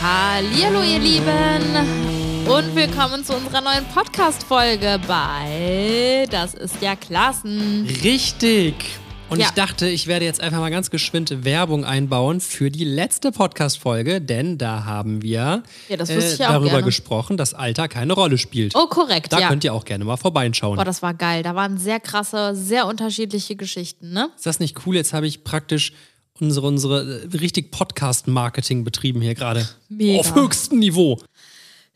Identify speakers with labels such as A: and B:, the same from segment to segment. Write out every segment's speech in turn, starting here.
A: Hallo ihr Lieben und willkommen zu unserer neuen Podcast-Folge bei Das ist ja Klassen.
B: Richtig. Und
A: Ja.
B: ich dachte, ich werde jetzt einfach mal ganz geschwind Werbung einbauen für die letzte Podcast-Folge, denn da haben wir äh,
A: Ja, das wusste ich ja auch
B: darüber
A: gerne.
B: gesprochen, dass Alter keine Rolle spielt.
A: Oh, korrekt,
B: da
A: ja.
B: könnt ihr auch gerne mal vorbeischauen.
A: Boah, das war geil. Da waren sehr krasse, sehr unterschiedliche Geschichten, ne?
B: Ist das nicht cool? Jetzt habe ich praktisch unsere, unsere äh, richtig Podcast-Marketing betrieben hier gerade.
A: Mega.
B: Auf höchstem Niveau.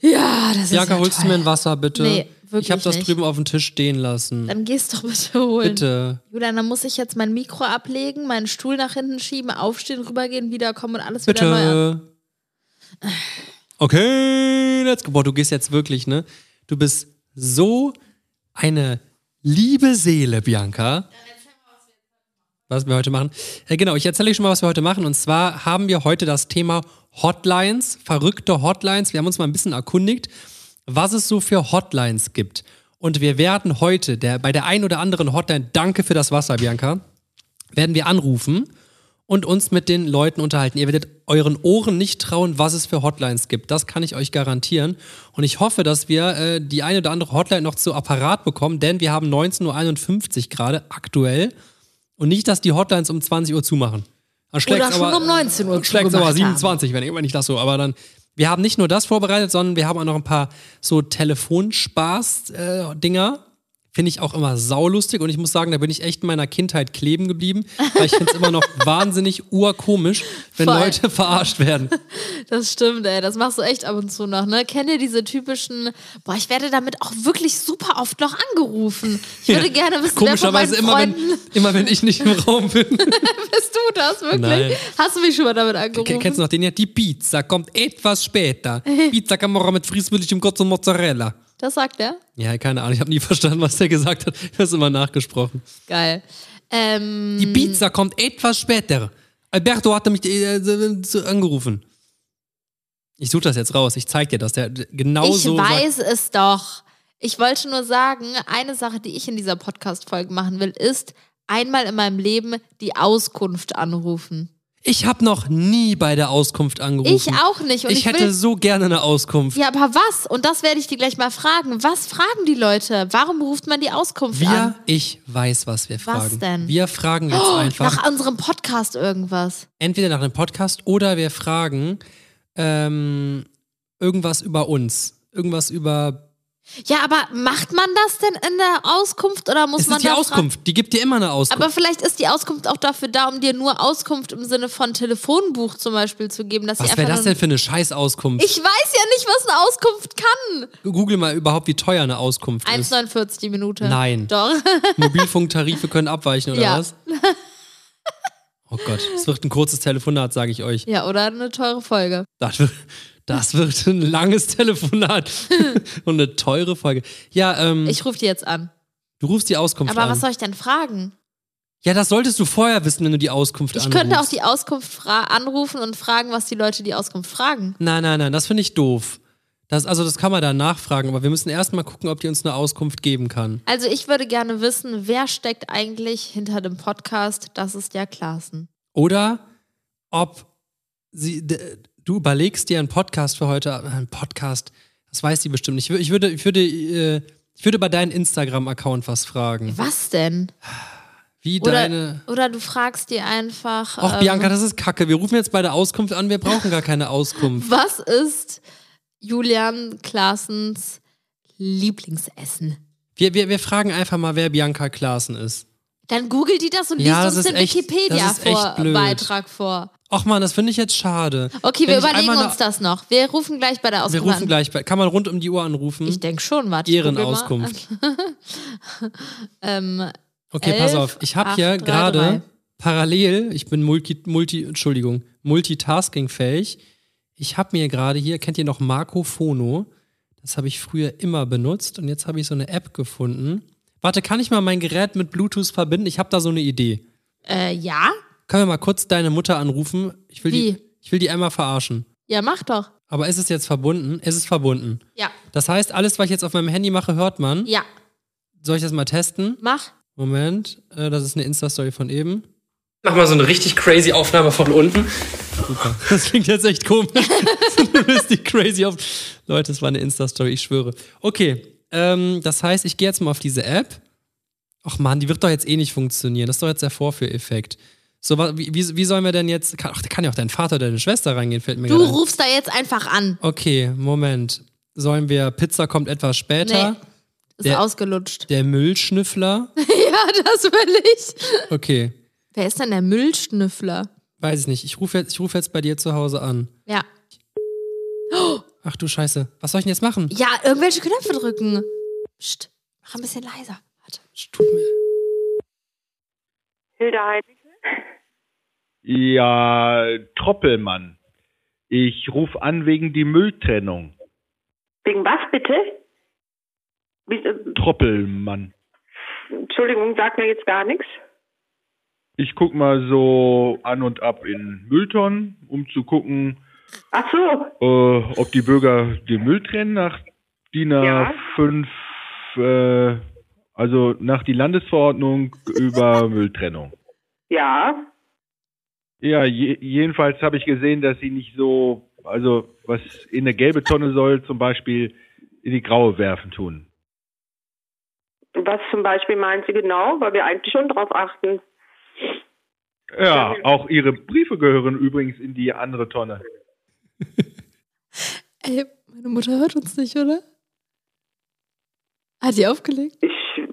A: Ja, das ist
B: Jaka,
A: ja
B: holst du mir
A: toll.
B: ein Wasser, bitte?
A: Nee, wirklich
B: ich habe das
A: nicht.
B: drüben auf dem Tisch stehen lassen.
A: Dann gehst doch bitte holen.
B: Bitte.
A: Julian, dann muss ich jetzt mein Mikro ablegen, meinen Stuhl nach hinten schieben, aufstehen, rübergehen, wiederkommen und alles wieder neu an.
B: Bitte. Okay, let's go. Boah, du gehst jetzt wirklich, ne? Du bist so eine liebe Seele, Bianca. Was wir heute machen. Äh, genau, ich erzähle euch schon mal, was wir heute machen. Und zwar haben wir heute das Thema Hotlines, verrückte Hotlines. Wir haben uns mal ein bisschen erkundigt, was es so für Hotlines gibt. Und wir werden heute der, bei der ein oder anderen Hotline, danke für das Wasser, Bianca, werden wir anrufen und uns mit den Leuten unterhalten. Ihr werdet euren Ohren nicht trauen, was es für Hotlines gibt. Das kann ich euch garantieren. Und ich hoffe, dass wir äh, die eine oder andere Hotline noch zu Apparat bekommen, denn wir haben 19.51 Uhr gerade aktuell. Und nicht, dass die Hotlines um 20 Uhr zumachen. Dann schlägt's
A: Oder schon
B: aber-
A: um 19 Uhr
B: Schlägt's
A: zugemacht
B: aber
A: haben.
B: 27, wenn ich immer nicht das so. Aber dann, wir haben nicht nur das vorbereitet, sondern wir haben auch noch ein paar so Telefonspaß-Dinger. Finde ich auch immer saulustig und ich muss sagen, da bin ich echt in meiner Kindheit kleben geblieben, weil ich finde es immer noch wahnsinnig urkomisch, wenn
A: Voll.
B: Leute verarscht werden.
A: Das stimmt, ey. Das machst du echt ab und zu noch, ne? Kennt ihr diese typischen, boah, ich werde damit auch wirklich super oft noch angerufen. Ich würde gerne wissen, wer von meinen
B: Komischerweise immer wenn,
A: Freunden
B: immer, wenn ich nicht im Raum bin.
A: bist du das wirklich?
B: Nein.
A: Hast du mich schon mal damit
B: Ke-
A: angerufen?
B: Kennst du noch den hier? Die Pizza kommt etwas später. Pizza Camorra mit frieswürdigem Gott und Mozzarella.
A: das sagt er?
B: Ja, keine Ahnung, ich habe nie verstanden, was der gesagt hat. Ich habe es immer nachgesprochen.
A: Geil. Ähm,
B: Die Pizza kommt etwas später. Alberto hatte mich äh, äh, zu- angerufen. Ich suche das jetzt raus. Ich zeig dir das. Der genau
A: ich
B: so sagt,
A: weiß es doch. Ich wollte nur sagen, eine Sache, die ich in dieser Podcast-Folge machen will, ist einmal in meinem Leben die Auskunft anrufen.
B: ich habe noch nie bei der Auskunft angerufen.
A: Ich auch nicht. Und ich,
B: ich hätte
A: will,
B: so gerne eine Auskunft.
A: ja, aber was? Und das werde ich dir gleich mal fragen. Was fragen die Leute? Warum ruft man die Auskunft an?
B: Wir, ich weiß, was wir fragen.
A: denn? Oh,
B: Wir fragen jetzt einfach
A: Nach unserem Podcast irgendwas.
B: entweder nach einem Podcast oder wir fragen ähm, irgendwas über uns. Irgendwas über.
A: Ja, aber macht man das denn in der Auskunft oder muss
B: Es
A: man
B: ist die
A: da fragen?
B: Auskunft. Die gibt dir immer eine Auskunft.
A: Aber vielleicht ist die Auskunft auch dafür da, um dir nur Auskunft im Sinne von Telefonbuch zum Beispiel zu geben. Dass sie
B: was
A: einfach
B: wäre das
A: nur-
B: denn für eine Scheißauskunft?
A: Ich weiß ja nicht, was eine Auskunft kann.
B: Google mal überhaupt, wie teuer eine Auskunft ist.
A: 1,49 die Minute.
B: Nein.
A: Doch.
B: Mobilfunktarife können abweichen, oder
A: Ja.
B: was? Oh Gott, es wird ein kurzes Telefonat, sage ich euch.
A: Ja, oder eine teure Folge.
B: Das wird, das wird ein langes Telefonat und eine teure Folge. Ja, ähm,
A: Ich rufe die jetzt an.
B: du rufst die Auskunft
A: Aber
B: an.
A: was soll ich denn fragen?
B: ja, das solltest du vorher wissen, wenn du die Auskunft
A: Ich
B: anrufst.
A: könnte auch die Auskunft fra- anrufen und fragen, was die Leute die Auskunft fragen.
B: Nein, nein, nein, das finde ich doof. Das, also das kann man da nachfragen, aber wir müssen erstmal gucken, ob die uns eine Auskunft geben kann.
A: Also ich würde gerne wissen, wer steckt eigentlich hinter dem Podcast? Das ist ja Klaassen.
B: Oder ob sie, d- du überlegst dir einen Podcast für heute, einen Podcast, das weiß sie bestimmt nicht. Ich, wür- ich würde, ich würde, äh, ich würde über deinen Instagram-Account was fragen.
A: Was denn?
B: Wie
A: Oder,
B: Hm. deine.
A: oder du fragst die einfach,
B: Och,
A: ähm,
B: Bianca, das ist kacke. Wir rufen jetzt bei der Auskunft an, wir brauchen gar keine Auskunft.
A: was ist Julian Klaassens Lieblingsessen?
B: Wir, wir, wir fragen einfach mal, wer Bianca Klaassen ist.
A: Dann googelt die das und liest
B: Ja,
A: uns
B: das ist
A: den
B: echt- das ist echt blöd.
A: Wikipedia-Beitrag vor.
B: Och man, das finde ich jetzt schade.
A: Okay,
B: Wenn
A: wir
B: ich
A: überlegen
B: einmal
A: uns das noch. Wir rufen gleich bei der
B: Wir
A: Auskunft
B: rufen
A: an.
B: gleich bei. Kann man rund um die Uhr anrufen?
A: Ich denke schon, warte. ich google mal.
B: Ehrenauskunft.
A: Ähm,
B: Okay,
A: Elf,
B: pass auf. Ich habe
A: acht, drei,
B: hier
A: drei.
B: gerade parallel, ich bin multi, multi Entschuldigung, multitasking-fähig. Ich habe mir gerade hier, kennt ihr noch Marco Fono? Das habe ich früher immer benutzt und jetzt habe ich so eine App gefunden. Warte, kann ich mal mein Gerät mit Bluetooth verbinden? Ich habe da so eine Idee.
A: äh, ja?
B: Können wir mal kurz deine Mutter anrufen? Ich will,
A: Wie?
B: Die, ich will die einmal verarschen.
A: Ja, mach doch.
B: Aber ist es jetzt verbunden? Es ist verbunden.
A: Ja.
B: Das heißt, alles, was ich jetzt auf meinem Handy mache, hört man.
A: Ja,
B: Soll ich das mal testen?
A: mach.
B: Moment, äh, das ist eine Insta-Story von eben. Mach mal so eine richtig crazy Aufnahme von unten. Super. Das klingt jetzt echt komisch. du bist die crazy auf. Leute, das war eine Insta-Story, ich schwöre. Okay, ähm, das heißt, ich gehe jetzt mal auf diese App. Ach man, die wird doch jetzt eh nicht funktionieren. Das ist doch jetzt der Vorführeffekt. So, wa- wie, wie wie sollen wir denn jetzt. Kann, ach, da kann ja auch dein Vater oder deine Schwester reingehen, fällt mir
A: Du
B: gerade ein.
A: rufst da jetzt einfach an.
B: Okay, Moment. Sollen wir. Pizza kommt etwas später.
A: Nee. Ist
B: Der-
A: ausgelutscht.
B: Der Müllschnüffler.
A: Ja, das will ich.
B: Okay.
A: Wer ist denn der Müllschnüffler?
B: Weiß ich nicht. Ich rufe jetzt, ich ruf jetzt bei dir zu Hause an.
A: Ja.
B: Ach du Scheiße. Was soll ich denn jetzt machen?
A: Ja, irgendwelche Knöpfe drücken. Psst. Mach ein bisschen leiser. Warte.
B: Tut mir.
C: Hilde Heidrich.
D: Ja, Troppelmann. Ich rufe an wegen die Mülltrennung.
C: Wegen was bitte? Wie- äh,
D: Troppelmann.
C: Entschuldigung, sagt mir jetzt gar nichts.
D: Ich guck mal so an und ab in Mülltonnen, um zu gucken,
C: Ach so,
D: äh, ob die Bürger den Müll trennen nach DIN
C: Ja.
D: A5, äh, also nach die Landesverordnung über Mülltrennung.
C: ja.
D: Ja, je, jedenfalls habe ich gesehen, dass sie nicht so, also was in eine gelbe Tonne soll, zum Beispiel in die graue werfen tun.
C: Was zum Beispiel meinen Sie genau? Weil wir eigentlich schon drauf achten.
D: Ja, auch ihre Briefe gehören übrigens in die andere Tonne.
A: Ey, meine Mutter hört uns nicht, oder? Hat die aufgelegt?
C: Ich, äh,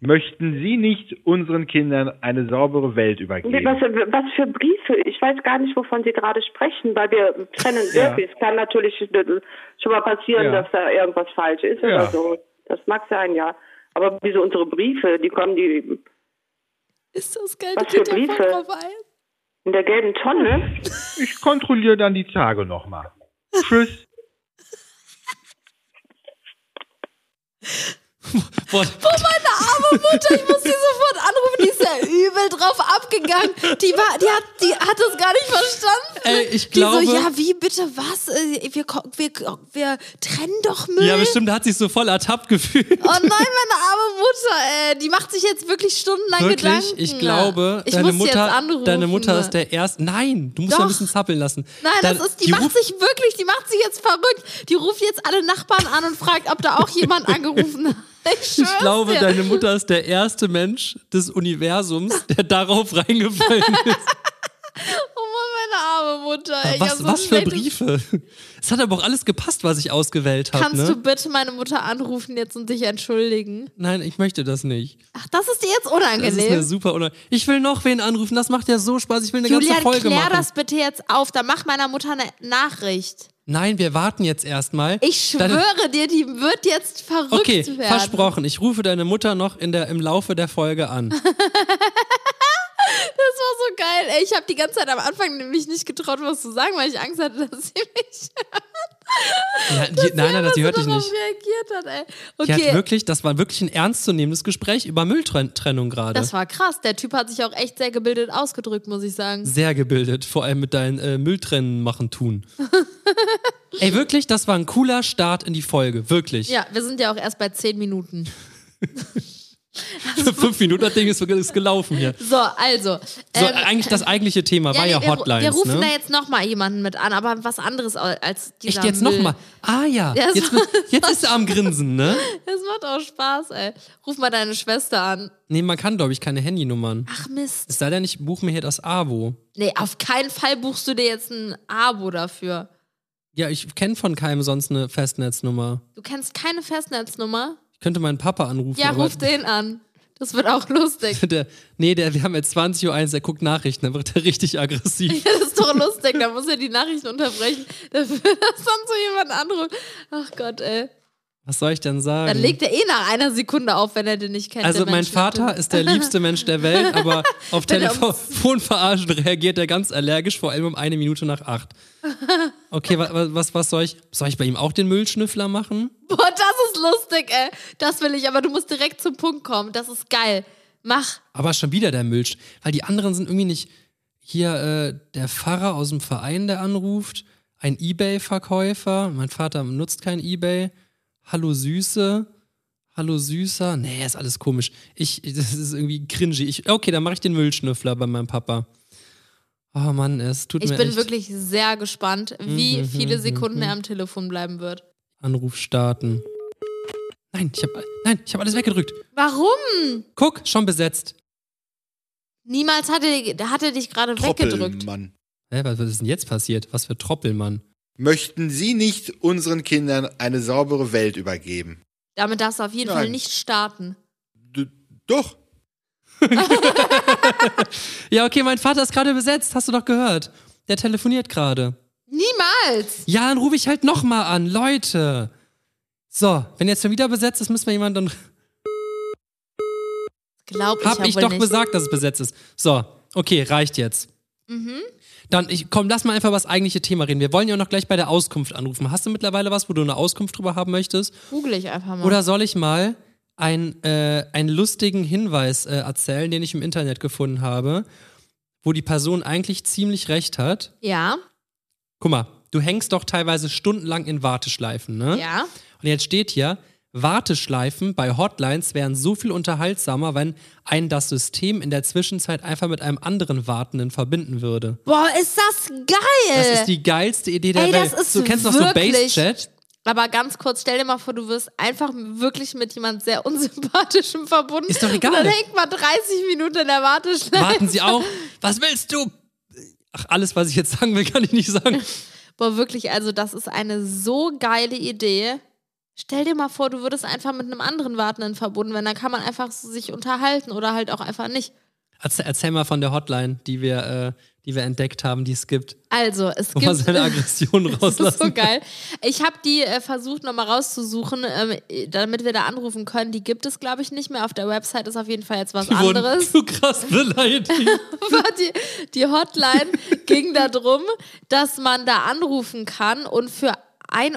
D: Möchten Sie nicht unseren Kindern eine saubere Welt übergeben?
C: was, was für Briefe? Ich weiß gar nicht, wovon Sie gerade sprechen, weil wir trennen
D: Ja.
C: wirklich. Es kann natürlich äh, schon mal passieren,
D: Ja.
C: dass da irgendwas falsch ist
D: Ja.
C: oder so. Das mag sein, ja. Aber wieso unsere Briefe? Die kommen die
A: Ist das geil?
C: Was
A: Die geht
C: für
A: ja voll
C: Briefe?
A: drauf ein.
C: in der gelben Tonne?
D: Ich kontrolliere dann die Tage nochmal. Tschüss.
A: Oh,
B: Boah,
A: meine arme Mutter, ich muss die sofort anrufen. Die ist ja übel drauf abgegangen. Die, war, die, hat, die hat das gar nicht verstanden.
B: Ey, ich
A: Die so,
B: glaube-
A: ja, wie, bitte, was? Äh, Wir, ko- wir, wir trennen doch Müll.
B: ja, bestimmt hat sich so voll ertappt gefühlt.
A: Oh nein, meine arme Mutter, ey. Die macht sich jetzt wirklich stundenlang
B: Wirklich,
A: Gedanken.
B: ich glaube,
A: ich
B: deine,
A: muss sie jetzt
B: Mutter,
A: anrufen.
B: deine Mutter ist der erste. Nein, du musst ja ein
A: Doch.
B: bisschen zappeln lassen.
A: Nein,
B: Dann-
A: das ist, die, macht
B: ruft-
A: sich wirklich, die macht sich jetzt verrückt. Die ruft jetzt alle Nachbarn an und fragt, ob da auch jemand angerufen hat. Ich, schwör's
B: Ich glaube,
A: dir.
B: deine Mutter ist der erste Mensch des Universums, der darauf reingefallen ist.
A: Oh Mann, meine arme Mutter. Ey, ich hab
B: Was,
A: so ein
B: was für
A: schlechtes
B: Briefe. Es hat aber auch alles gepasst, was ich ausgewählt habe.
A: Kannst
B: Ne?
A: du bitte meine Mutter anrufen jetzt und dich entschuldigen?
B: Nein, ich möchte das nicht.
A: Ach, das ist dir jetzt
B: Das ist eine
A: unangenehm.
B: super Unang Ich will noch wen anrufen, das macht ja so Spaß. Ich will eine
A: Julian,
B: ganze Folge
A: klär
B: machen.
A: das bitte jetzt auf. Dann mach meiner Mutter eine Nachricht.
B: Nein, wir warten jetzt erstmal.
A: Ich
B: Dann-
A: schwöre dir, die wird jetzt verrückt
B: Okay,
A: werden.
B: versprochen. Ich rufe deine Mutter noch in der, im Laufe der Folge an.
A: Das war so geil. Ey, ich habe die ganze Zeit am Anfang nämlich nicht getraut, was zu sagen, weil ich Angst hatte, dass sie mich
B: Ja, die, nein, nein, das- die hört dich
A: darauf
B: nicht.
A: reagiert hat. Ey.
B: Die hat
A: Okay,
B: wirklich, das war wirklich ein ernstzunehmendes Gespräch über Mülltrennung gerade.
A: das war krass. Der Typ hat sich auch echt sehr gebildet ausgedrückt, muss ich sagen.
B: Sehr gebildet, vor allem mit deinen äh, Mülltrennen machen tun. Ey, wirklich, das war ein cooler Start in die Folge, wirklich.
A: Ja, wir sind ja auch erst bei 10 Minuten.
B: Fünf Minuten, das Ding ist, ist gelaufen hier.
A: So, also.
B: So,
A: ähm,
B: eigentlich das eigentliche Thema war ja
A: nee, wir ru-
B: Hotlines.
A: Wir rufen
B: ne?
A: da jetzt nochmal jemanden mit an, aber was anderes au- als dieser
B: Echt jetzt
A: Müll.
B: nochmal? Ah ja,
A: Ja,
B: jetzt,
A: so-
B: jetzt ist er am Grinsen, ne?
A: Das macht auch Spaß, ey. Ruf mal deine Schwester an.
B: Nee, man kann, glaube ich, keine Handynummern.
A: Ach Mist.
B: Es sei denn, ich buche mir hier das Abo.
A: Nee, auf keinen Fall buchst du dir jetzt ein Abo dafür.
B: Ja, ich kenne von keinem sonst eine Festnetznummer.
A: Du kennst keine Festnetznummer?
B: Ich könnte meinen Papa anrufen.
A: Ja,
B: aber
A: ruf den an. Das wird auch lustig.
B: der, nee, der, wir haben jetzt 20.01 Uhr, der guckt Nachrichten, dann wird er richtig aggressiv.
A: Das ist doch lustig, da muss er die Nachrichten unterbrechen, dafür, dass dann so jemand anruft. Ach Gott, ey.
B: Was soll ich denn sagen?
A: Dann legt er eh nach einer Sekunde auf, wenn er den nicht kennt.
B: also
A: den
B: mein
A: Menschen.
B: Vater ist der liebste Mensch der Welt, aber auf
A: Wenn er um-
B: Telefon verarschen reagiert er ganz allergisch, vor allem um eine Minute nach acht. Okay, was, was, was soll ich? Soll ich bei ihm auch den Müllschnüffler machen?
A: Boah, das ist lustig, ey. Das will ich, aber du musst direkt zum Punkt kommen. Das ist geil. Mach.
B: Aber schon wieder der Müllsch. Weil die anderen sind irgendwie nicht. Hier äh, der Pfarrer aus dem Verein, der anruft. Ein Ebay-Verkäufer. Mein Vater nutzt kein Ebay. Hallo Süße. Hallo Süßer. Nee, ist alles komisch. Ich, das ist irgendwie cringy. Ich, okay, dann mache ich den Müllschnüffler bei meinem Papa. Oh Mann, es tut
A: Ich
B: mir
A: bin
B: echt.
A: wirklich sehr gespannt, wie
B: Mhm,
A: viele
B: mhm,
A: Sekunden
B: mhm.
A: er am Telefon bleiben wird.
B: Anruf starten. Nein, ich habe nein, ich habe alles weggedrückt.
A: Warum?
B: Guck, schon besetzt.
A: Niemals hat er, hat er dich gerade weggedrückt.
E: Troppelmann.
B: Hä, was was ist denn jetzt passiert? Was für Troppelmann?
E: Möchten Sie nicht unseren Kindern eine saubere Welt übergeben?
A: Damit darfst du auf jeden
E: Nein.
A: Fall nicht starten.
E: D doch.
B: Ja, okay, mein Vater ist gerade besetzt, hast du doch gehört. Der telefoniert gerade.
A: Niemals!
B: Ja, dann rufe ich halt nochmal an, Leute. So, wenn jetzt schon wieder besetzt ist, müssen wir jemanden dann.
A: Glaub ich,
B: Hab
A: ja
B: ich
A: wohl
B: doch
A: nicht.
B: gesagt, dass es besetzt ist. So, okay, reicht jetzt.
A: Mhm.
B: Dann, ich, komm, lass mal einfach über das eigentliche Thema reden. Wir wollen ja auch noch gleich bei der Auskunft anrufen. Hast du mittlerweile was, wo du eine Auskunft drüber haben möchtest?
A: Google ich einfach mal.
B: Oder soll ich mal ein, äh, einen lustigen Hinweis äh, erzählen, den ich im Internet gefunden habe, wo die Person eigentlich ziemlich recht hat?
A: ja,
B: Guck mal, du hängst doch teilweise stundenlang in Warteschleifen, ne?
A: ja.
B: Und jetzt steht hier, Warteschleifen bei Hotlines wären so viel unterhaltsamer, wenn ein das System in der Zwischenzeit einfach mit einem anderen Wartenden verbinden würde.
A: Boah, ist das geil!
B: Das ist die geilste Idee der
A: Äh. Ey,
B: Welt.
A: das ist
B: du kennst noch so
A: wirklich-
B: Base-Chat?
A: Aber ganz kurz, stell dir mal vor, du wirst einfach wirklich mit jemand sehr unsympathischem verbunden.
B: Ist doch egal.
A: Und dann hängt man 30 Minuten in der Warteschleife.
B: Warten sie auch. Was willst du? Ach, alles, was ich jetzt sagen will, kann ich nicht sagen.
A: Boah, wirklich, also das ist eine so geile Idee. Stell dir mal vor, du würdest einfach mit einem anderen Wartenden verbunden werden. Dann kann man einfach so sich unterhalten oder halt auch einfach nicht.
B: Erzähl, erzähl mal von der Hotline, die wir, äh, die wir entdeckt haben, die es gibt,
A: Also, es
B: wo
A: gibt...
B: man seine Aggression
A: Das ist so
B: rauslassen
A: geil. Ich habe die äh, versucht nochmal rauszusuchen, ähm, damit wir da anrufen können. Die gibt es, glaube ich, nicht mehr. Auf der Website ist auf jeden Fall jetzt was
B: Die wurden
A: anderes.
B: zu krass beleidigt.
A: war die, die Hotline ging darum, dass man da anrufen kann und für 1,45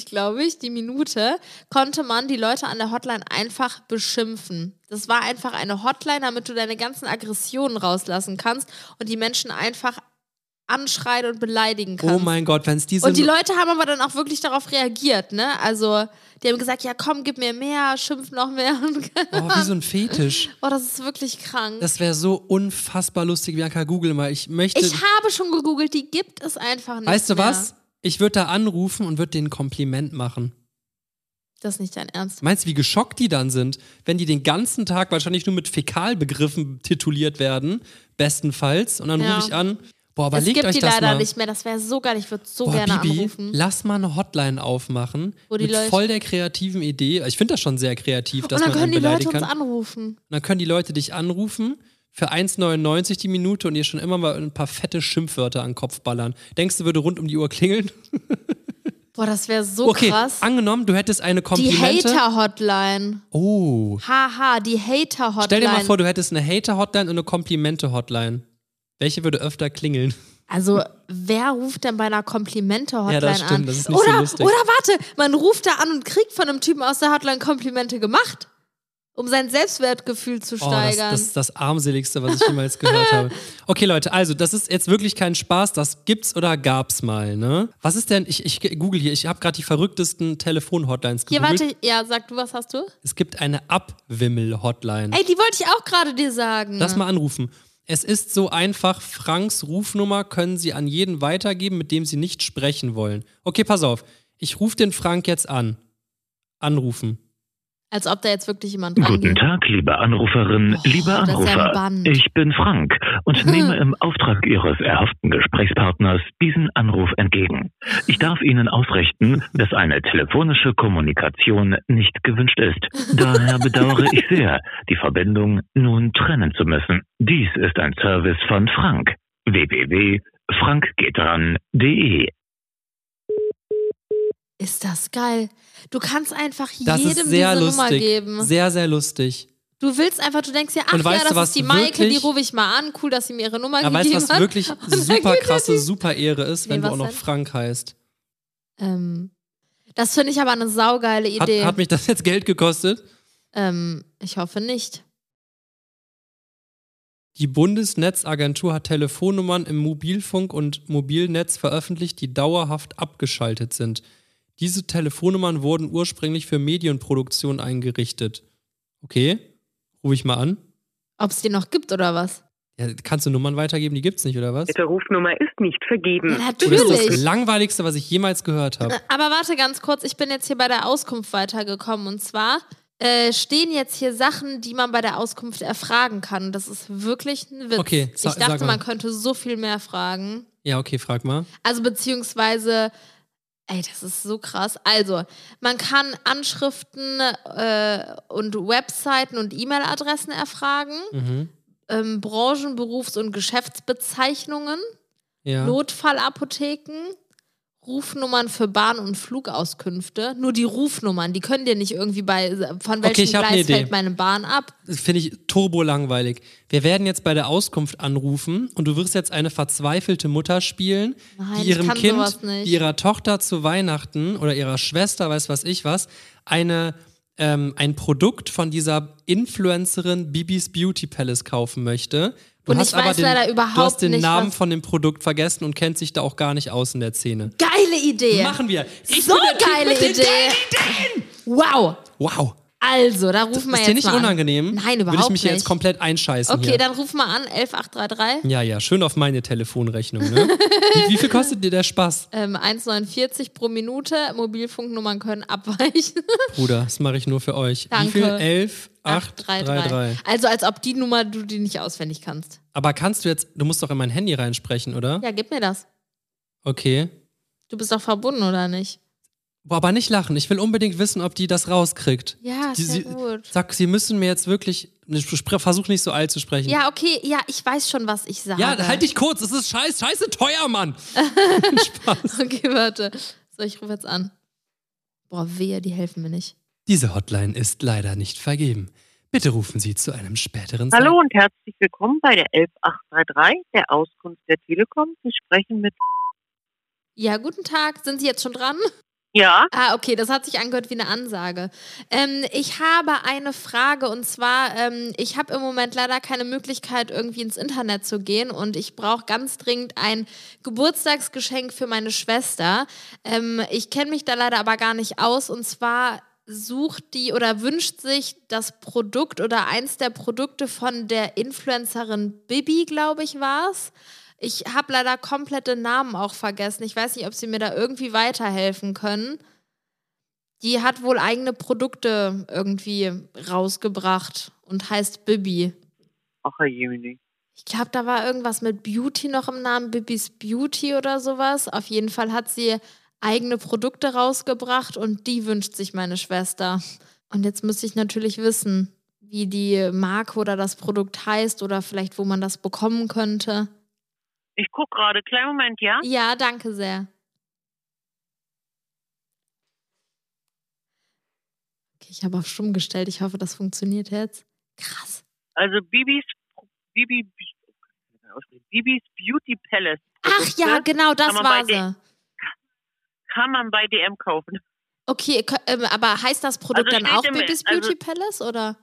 A: Euro, glaube ich, die Minute, konnte man die Leute an der Hotline einfach beschimpfen. Das war einfach eine Hotline, damit du deine ganzen Aggressionen rauslassen kannst und die Menschen einfach anschreien und beleidigen kannst.
B: Oh mein Gott, wenn es diese
A: Und die Leute haben aber dann auch wirklich darauf reagiert, ne? Also, die haben gesagt, ja komm, gib mir mehr, schimpf noch mehr.
B: Oh, wie so ein Fetisch.
A: Oh, das ist wirklich krank.
B: Das wäre so unfassbar lustig, Bianca. Google mal. Ich möchte.
A: Ich habe schon gegoogelt, die gibt es einfach nicht.
B: weißt du
A: mehr.
B: was? Ich würde da anrufen und würde denen ein Kompliment machen.
A: Das ist nicht dein Ernst.
B: Meinst du, wie geschockt die dann sind, wenn die den ganzen Tag wahrscheinlich nur mit Fäkalbegriffen tituliert werden, bestenfalls? Und dann
A: Ja.
B: rufe ich an. Boah,
A: es
B: überlegt
A: gibt
B: euch
A: die
B: das
A: leider
B: mal.
A: nicht mehr. Das wäre so geil. Ich würde so
B: Boah,
A: gerne
B: Bibi,
A: anrufen.
B: lass mal eine Hotline aufmachen
A: Wo die
B: mit
A: Leute-
B: voll der kreativen Idee. Ich finde das schon sehr kreativ, dass
A: Und dann
B: man einen
A: können die Leute
B: beleidigen
A: uns
B: kann.
A: anrufen.
B: Und dann können die Leute dich anrufen für 1,99 die Minute und ihr schon immer mal ein paar fette Schimpfwörter an den Kopf ballern. Denkst du, würde rund um die Uhr klingeln?
A: Boah, das wäre so
B: okay,
A: Oh, krass.
B: angenommen, du hättest eine
A: Die
B: Komplimente.
A: Hater-Hotline.
B: Oh.
A: Haha, die Hater-Hotline.
B: Stell dir mal vor, du hättest eine Hater-Hotline und eine Komplimente-Hotline. Welche würde öfter klingeln?
A: Also, wer ruft denn bei einer Komplimente-Hotline
B: Ja, das stimmt,
A: an?
B: das ist nicht so
A: oder,
B: lustig.
A: oder warte, man ruft da an und kriegt von einem Typen aus der Hotline Komplimente gemacht, um sein Selbstwertgefühl zu
B: Oh, das,
A: steigern.
B: das ist das armseligste, was ich jemals gehört habe. Okay, Leute, also das ist jetzt wirklich kein Spaß. Das gibt's oder gab's mal, ne? Was ist denn, ich, ich google hier, ich habe gerade die verrücktesten Telefon-Hotlines
A: Hier,
B: gegoogelt.
A: warte, ja, sag du, was hast du?
B: Es gibt eine Abwimmel-Hotline.
A: Ey, die wollte ich auch gerade dir sagen.
B: Lass mal anrufen. Es ist so einfach, Franks Rufnummer können Sie an jeden weitergeben, mit dem Sie nicht sprechen wollen. Okay, pass auf. Ich rufe den Frank jetzt an. Anrufen.
A: Als ob da jetzt wirklich jemand dran
F: Guten Tag, liebe Anruferin,
A: Hm. Oh,
F: lieber
A: das ist ja ein
F: Anrufer.
A: Band. Hm.
F: Ich bin Frank und nehme im Auftrag Ihres erhofften Gesprächspartners diesen Anruf entgegen. Ich darf Ihnen ausrichten, dass eine telefonische Kommunikation nicht gewünscht ist. Daher bedauere ich sehr, die Verbindung nun trennen zu müssen. Dies ist ein Service von Frank. www.frankgehtran.de
A: Ist das geil. Du kannst einfach
B: Das
A: jedem
B: ist sehr
A: diese Nummer
B: lustig.
A: geben.
B: Sehr, sehr lustig.
A: Du willst einfach, du denkst dir, ach
B: Und
A: ja,
B: weißt du
A: das
B: was
A: ist die Maike, die
B: wirklich-
A: rufe ich mal an. Cool, dass sie mir ihre Nummer
B: Aber weißt du,
A: gegeben
B: was
A: hat.
B: wirklich
A: Und dann
B: super
A: geht er
B: krasse,
A: die-
B: super Ehre ist, wenn
A: Nee,
B: du
A: was
B: auch noch
A: denn?
B: Frank heißt?
A: Ähm, das finde ich aber eine saugeile
B: Hat,
A: Idee.
B: hat mich das jetzt Geld gekostet?
A: ähm, ich hoffe nicht.
B: Die Bundesnetzagentur hat Telefonnummern im Mobilfunk und Mobilnetz veröffentlicht, die dauerhaft abgeschaltet sind. Diese Telefonnummern wurden ursprünglich für Medienproduktion eingerichtet. Okay, rufe ich mal an.
A: Ob es die noch gibt oder was?
B: Ja, Ja, kannst du Nummern weitergeben? Die gibt's nicht, oder was?
G: Ihre Rufnummer ist nicht vergeben.
A: Ja,
B: Das ist das
A: natürlich. Äh,
B: Langweiligste, was ich jemals gehört habe.
A: Aber warte ganz kurz, ich bin jetzt hier bei der Auskunft weitergekommen. Und zwar äh, stehen jetzt hier Sachen, die man bei der Auskunft erfragen kann. Und Das ist wirklich ein Witz.
B: Okay, sa-
A: ich dachte,
B: sag mal.
A: man könnte so viel mehr fragen.
B: Ja, okay, frag mal.
A: Also beziehungsweise, ey, das ist so krass. Also, man kann Anschriften äh, und Webseiten und E-Mail-Adressen erfragen,
B: Mhm.
A: ähm, Branchen, Berufs- und Geschäftsbezeichnungen,
B: Ja.
A: Notfallapotheken, Rufnummern für Bahn- und Flugauskünfte. Nur die Rufnummern, die können dir nicht irgendwie bei, von welchem
B: Okay, ich hab ne
A: Gleis
B: Idee.
A: fällt meine Bahn ab.
B: Das finde ich turbo langweilig. Wir werden jetzt bei der Auskunft anrufen und du wirst jetzt eine verzweifelte Mutter spielen,
A: Nein,
B: die
A: ich
B: ihrem
A: kann
B: Kind,
A: sowas nicht.
B: die ihrer Tochter zu Weihnachten oder ihrer Schwester, weiß was ich was, eine ähm, ein Produkt von dieser Influencerin Bibis Beauty Palace kaufen möchte. Du
A: Und
B: hast
A: ich
B: aber
A: weiß
B: den,
A: leider überhaupt
B: du hast den
A: nicht,
B: Namen
A: was-
B: von dem Produkt vergessen und kennt sich da auch gar nicht aus in der Szene.
A: Geile Idee!
B: Machen wir. Ich
A: so
B: bin der Typ
A: geile
B: mit den
A: Idee! Wow!
B: Wow.
A: Also, da rufen wir
B: Ist
A: jetzt
B: dir nicht
A: mal an.
B: unangenehm?
A: Nein, überhaupt
B: Würde ich mich
A: nicht.
B: hier jetzt komplett einscheißen.
A: Okay,
B: hier.
A: dann ruf mal an, 11833.
B: Ja, ja, schön auf meine Telefonrechnung, ne? wie, wie viel kostet dir der Spaß,
A: Ähm, 1,49 pro Minute. Mobilfunknummern können abweichen.
B: Bruder? Das mache ich nur für euch. Wie
A: Danke.
B: viel? 11, 8, 3, 3.
A: 833. Also als ob die Nummer du die nicht auswendig kannst.
B: Aber kannst du jetzt, du musst doch in mein Handy reinsprechen, oder?
A: Ja, gib mir das.
B: Okay.
A: Du bist doch verbunden, oder nicht?
B: Boah, aber nicht lachen. Ich will unbedingt wissen, ob die das rauskriegt.
A: Ja,
B: die,
A: sehr
B: sie,
A: gut.
B: Sag, sie müssen mir jetzt wirklich, ich spr- versuch nicht so alt zu sprechen.
A: Ja, okay, ja, ich weiß schon, was ich sage.
B: Hm. Ja, halt dich kurz. Es ist scheiß, scheiße teuer, Mann. Spaß.
A: Okay, warte. So, ich rufe jetzt an. Boah, wehe, die helfen mir nicht.
B: Diese Hotline ist leider nicht vergeben. Bitte rufen Sie zu einem späteren
G: Hallo und herzlich willkommen bei der 11833, der Auskunft der Telekom. Sie sprechen mit.
A: Ja, guten Tag. Sind Sie jetzt schon dran?
G: Ja,
A: Ah, okay, das hat sich angehört wie eine Ansage. Ähm, ich habe eine Frage und zwar, ähm, ich habe im Moment leider keine Möglichkeit, irgendwie ins Internet zu gehen und ich brauche ganz dringend ein Geburtstagsgeschenk für meine Schwester. Ähm, ich kenne mich da leider aber gar nicht aus und zwar sucht die oder wünscht sich das Produkt oder eins der Produkte von der Influencerin Bibi, glaube ich, war es. Ich habe leider komplette Namen auch vergessen. Ich weiß nicht, ob Sie mir da irgendwie weiterhelfen können. Die hat wohl eigene Produkte irgendwie rausgebracht und heißt Bibi.
G: ach Herr Jemini.
A: Ich glaube, da war irgendwas mit Beauty noch im Namen, Bibis Beauty oder sowas. Auf jeden Fall hat sie eigene Produkte rausgebracht und die wünscht sich meine Schwester. Und jetzt müsste ich natürlich wissen, wie die Marke oder das Produkt heißt oder vielleicht, wo man das bekommen könnte.
G: Ich guck gerade, kleinen Moment, ja?
A: Ja, danke sehr. Okay, ich habe auf stumm gestellt. Ich hoffe, das funktioniert jetzt. Krass.
G: Also Bibis, Bibi, Bibis Beauty Palace.
A: Ach ja, genau, das
G: Kann man
A: war
G: bei
A: sie.
G: Kann man bei DM kaufen.
A: Okay, kö- ähm, aber heißt das Produkt
G: Also
A: dann
G: steht
A: auch
G: im-
A: Bibis
G: also-
A: Beauty Palace oder?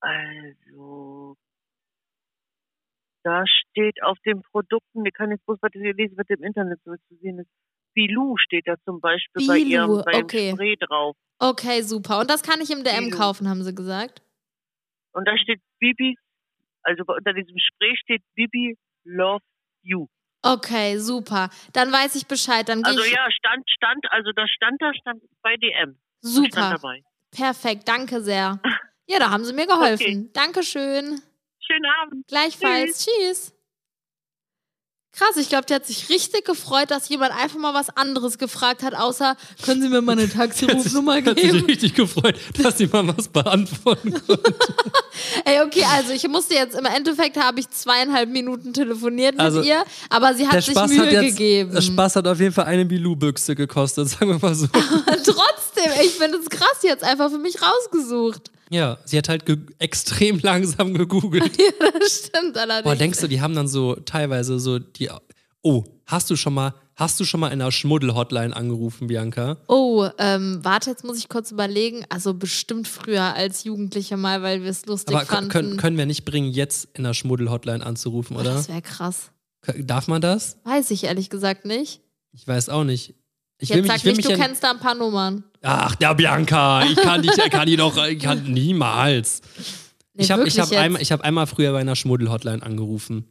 G: Also, da steht auf den Produkten, wir können jetzt bloß was hier lesen, was im Internet so zu sehen ist. Bilou steht da zum Beispiel bei
A: Bilou,
G: ihrem beim
A: okay.
G: Spray drauf.
A: Okay, super. Und das kann ich im DM
G: Bilou.
A: kaufen, haben sie gesagt.
G: Und da steht Bibi, also bei- unter diesem Spray steht Bibi Love You.
A: Okay, super. Dann weiß ich Bescheid. Dann gehe
G: Also
A: ich.
G: ja, stand, stand, also da stand da, stand bei DM.
A: super.
G: Stand dabei.
A: Perfekt. Danke sehr. Ja, da haben sie mir geholfen. Dankeschön.
G: Schönen Abend.
A: Gleichfalls. Tschüss. Krass, ich glaube, der hat sich richtig gefreut, dass jemand einfach mal was anderes gefragt hat, außer können Sie mir mal eine Taxirufnummer
B: Hat sich
A: geben?
B: richtig gefreut, dass die mal was beantworten konnte.
A: Ey, okay, also ich musste jetzt im Endeffekt habe ich zweieinhalb Minuten telefoniert mit
B: Also,
A: ihr, aber sie hat sich Mühe gegeben.
B: der Spaß hat auf jeden Fall eine Bilou-Büchse gekostet, sagen wir mal so.
A: Trotzdem, ey, ich finde es krass, sie hat es einfach für mich rausgesucht.
B: ja, sie hat halt ge- extrem langsam gegoogelt.
A: Ja, das stimmt allerdings.
B: Boah, denkst du, die haben dann so teilweise so die. Oh, hast du schon mal, hast du schon mal in einer Schmuddel-Hotline angerufen, Bianca?
A: Oh, ähm, warte, jetzt muss ich kurz überlegen. Also bestimmt früher als Jugendliche mal, weil wir es lustig
B: Aber kö-
A: fanden.
B: können, können wir nicht bringen, jetzt in einer Schmuddel-Hotline anzurufen,
A: Oh,
B: oder?
A: Das wäre krass.
B: Kö- Darf man das?
A: Weiß ich ehrlich gesagt nicht.
B: Ich weiß auch nicht. Ich will
A: Jetzt
B: mich,
A: sag
B: ich will
A: nicht,
B: mich
A: du
B: ja-
A: kennst da ein paar Nummern.
B: Ach, der Bianca, ich kann dich, ich kann die doch, ich kann niemals.
A: Nee,
B: ich habe ich
A: wirklich
B: hab
A: jetzt.
B: einmal, ich hab einmal früher bei einer Schmuddel-Hotline angerufen.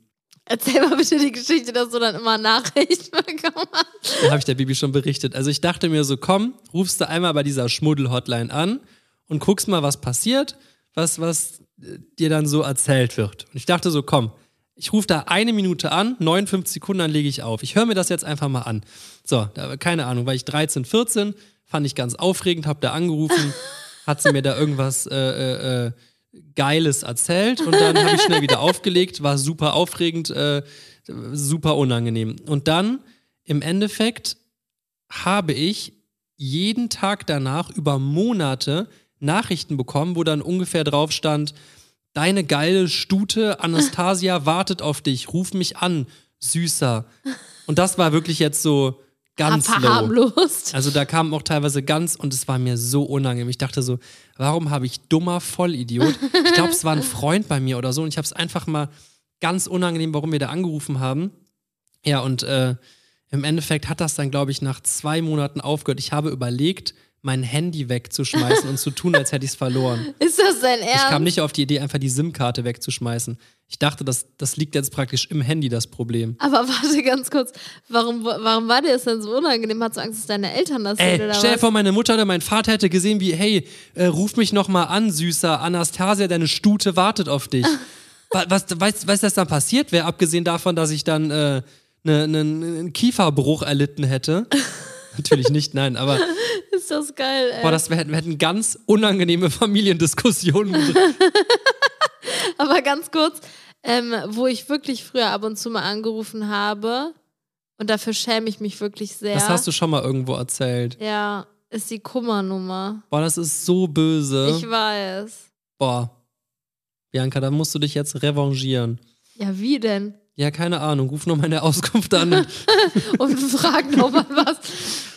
A: Erzähl mal bitte die Geschichte, dass du dann immer Nachrichten bekommen hast.
B: Da habe ich der Bibi schon berichtet. Also ich dachte mir so, komm, rufst du einmal bei dieser Schmuddel-Hotline an und guckst mal, was passiert, was, was äh, dir dann so erzählt wird. Und ich dachte so, komm, ich rufe da eine Minute an, 59 Sekunden, dann lege ich auf. Ich höre mir das jetzt einfach mal an. So, da, keine Ahnung, weil ich 13, 14, fand ich ganz aufregend, habe da angerufen, hat sie mir da irgendwas äh, äh, äh, Geiles erzählt und dann habe ich schnell wieder aufgelegt, war super aufregend, äh, super unangenehm. Und dann im Endeffekt habe ich jeden Tag danach über Monate Nachrichten bekommen, wo dann ungefähr drauf stand, deine geile Stute Anastasia wartet auf dich, ruf mich an, süßer. Und das war wirklich jetzt so ganz low.
A: Verharmlost.
B: Also da kamen auch teilweise ganz und es war mir so unangenehm. Ich dachte so, warum habe ich dummer Vollidiot? Ich glaube, es war ein Freund bei mir oder so und ich habe es einfach mal ganz unangenehm, warum wir da angerufen haben. Ja, und äh, im Endeffekt hat das dann, glaube ich, nach zwei Monaten aufgehört. Ich habe überlegt, mein Handy wegzuschmeißen und zu tun, als hätte ich es verloren.
A: Ist das dein Ernst?
B: Ich kam nicht auf die Idee, einfach die SIM-Karte wegzuschmeißen. Ich dachte, das, das liegt jetzt praktisch im Handy, das Problem.
A: Aber warte ganz kurz, warum, warum war dir das denn so unangenehm? Hattest du Angst, dass deine Eltern das sehen
B: Ey,
A: oder
B: stell dir
A: was?
B: vor, meine Mutter oder mein Vater hätte gesehen, wie, hey, äh, ruf mich nochmal an, süßer Anastasia, deine Stute wartet auf dich. was, was, weißt, weißt du, was dann passiert wäre, abgesehen davon, dass ich dann äh, ne, ne, einen Kieferbruch erlitten hätte? Natürlich nicht, nein, aber
A: Ist das geil, ey.
B: boah, das, wir, hätten, wir hätten ganz unangenehme Familiendiskussionen.
A: Aber ganz kurz, ähm, wo ich wirklich früher ab und zu mal angerufen habe, und dafür schäme ich mich wirklich sehr.
B: Das hast du schon mal irgendwo erzählt.
A: Ja, ist die Kummernummer.
B: Boah, das ist so böse.
A: Ich weiß.
B: Boah. Bianca, da musst du dich jetzt revanchieren.
A: Ja, wie denn?
B: Ja, keine Ahnung. Ruf noch mal in der Auskunft an.
A: Und frag nochmal was.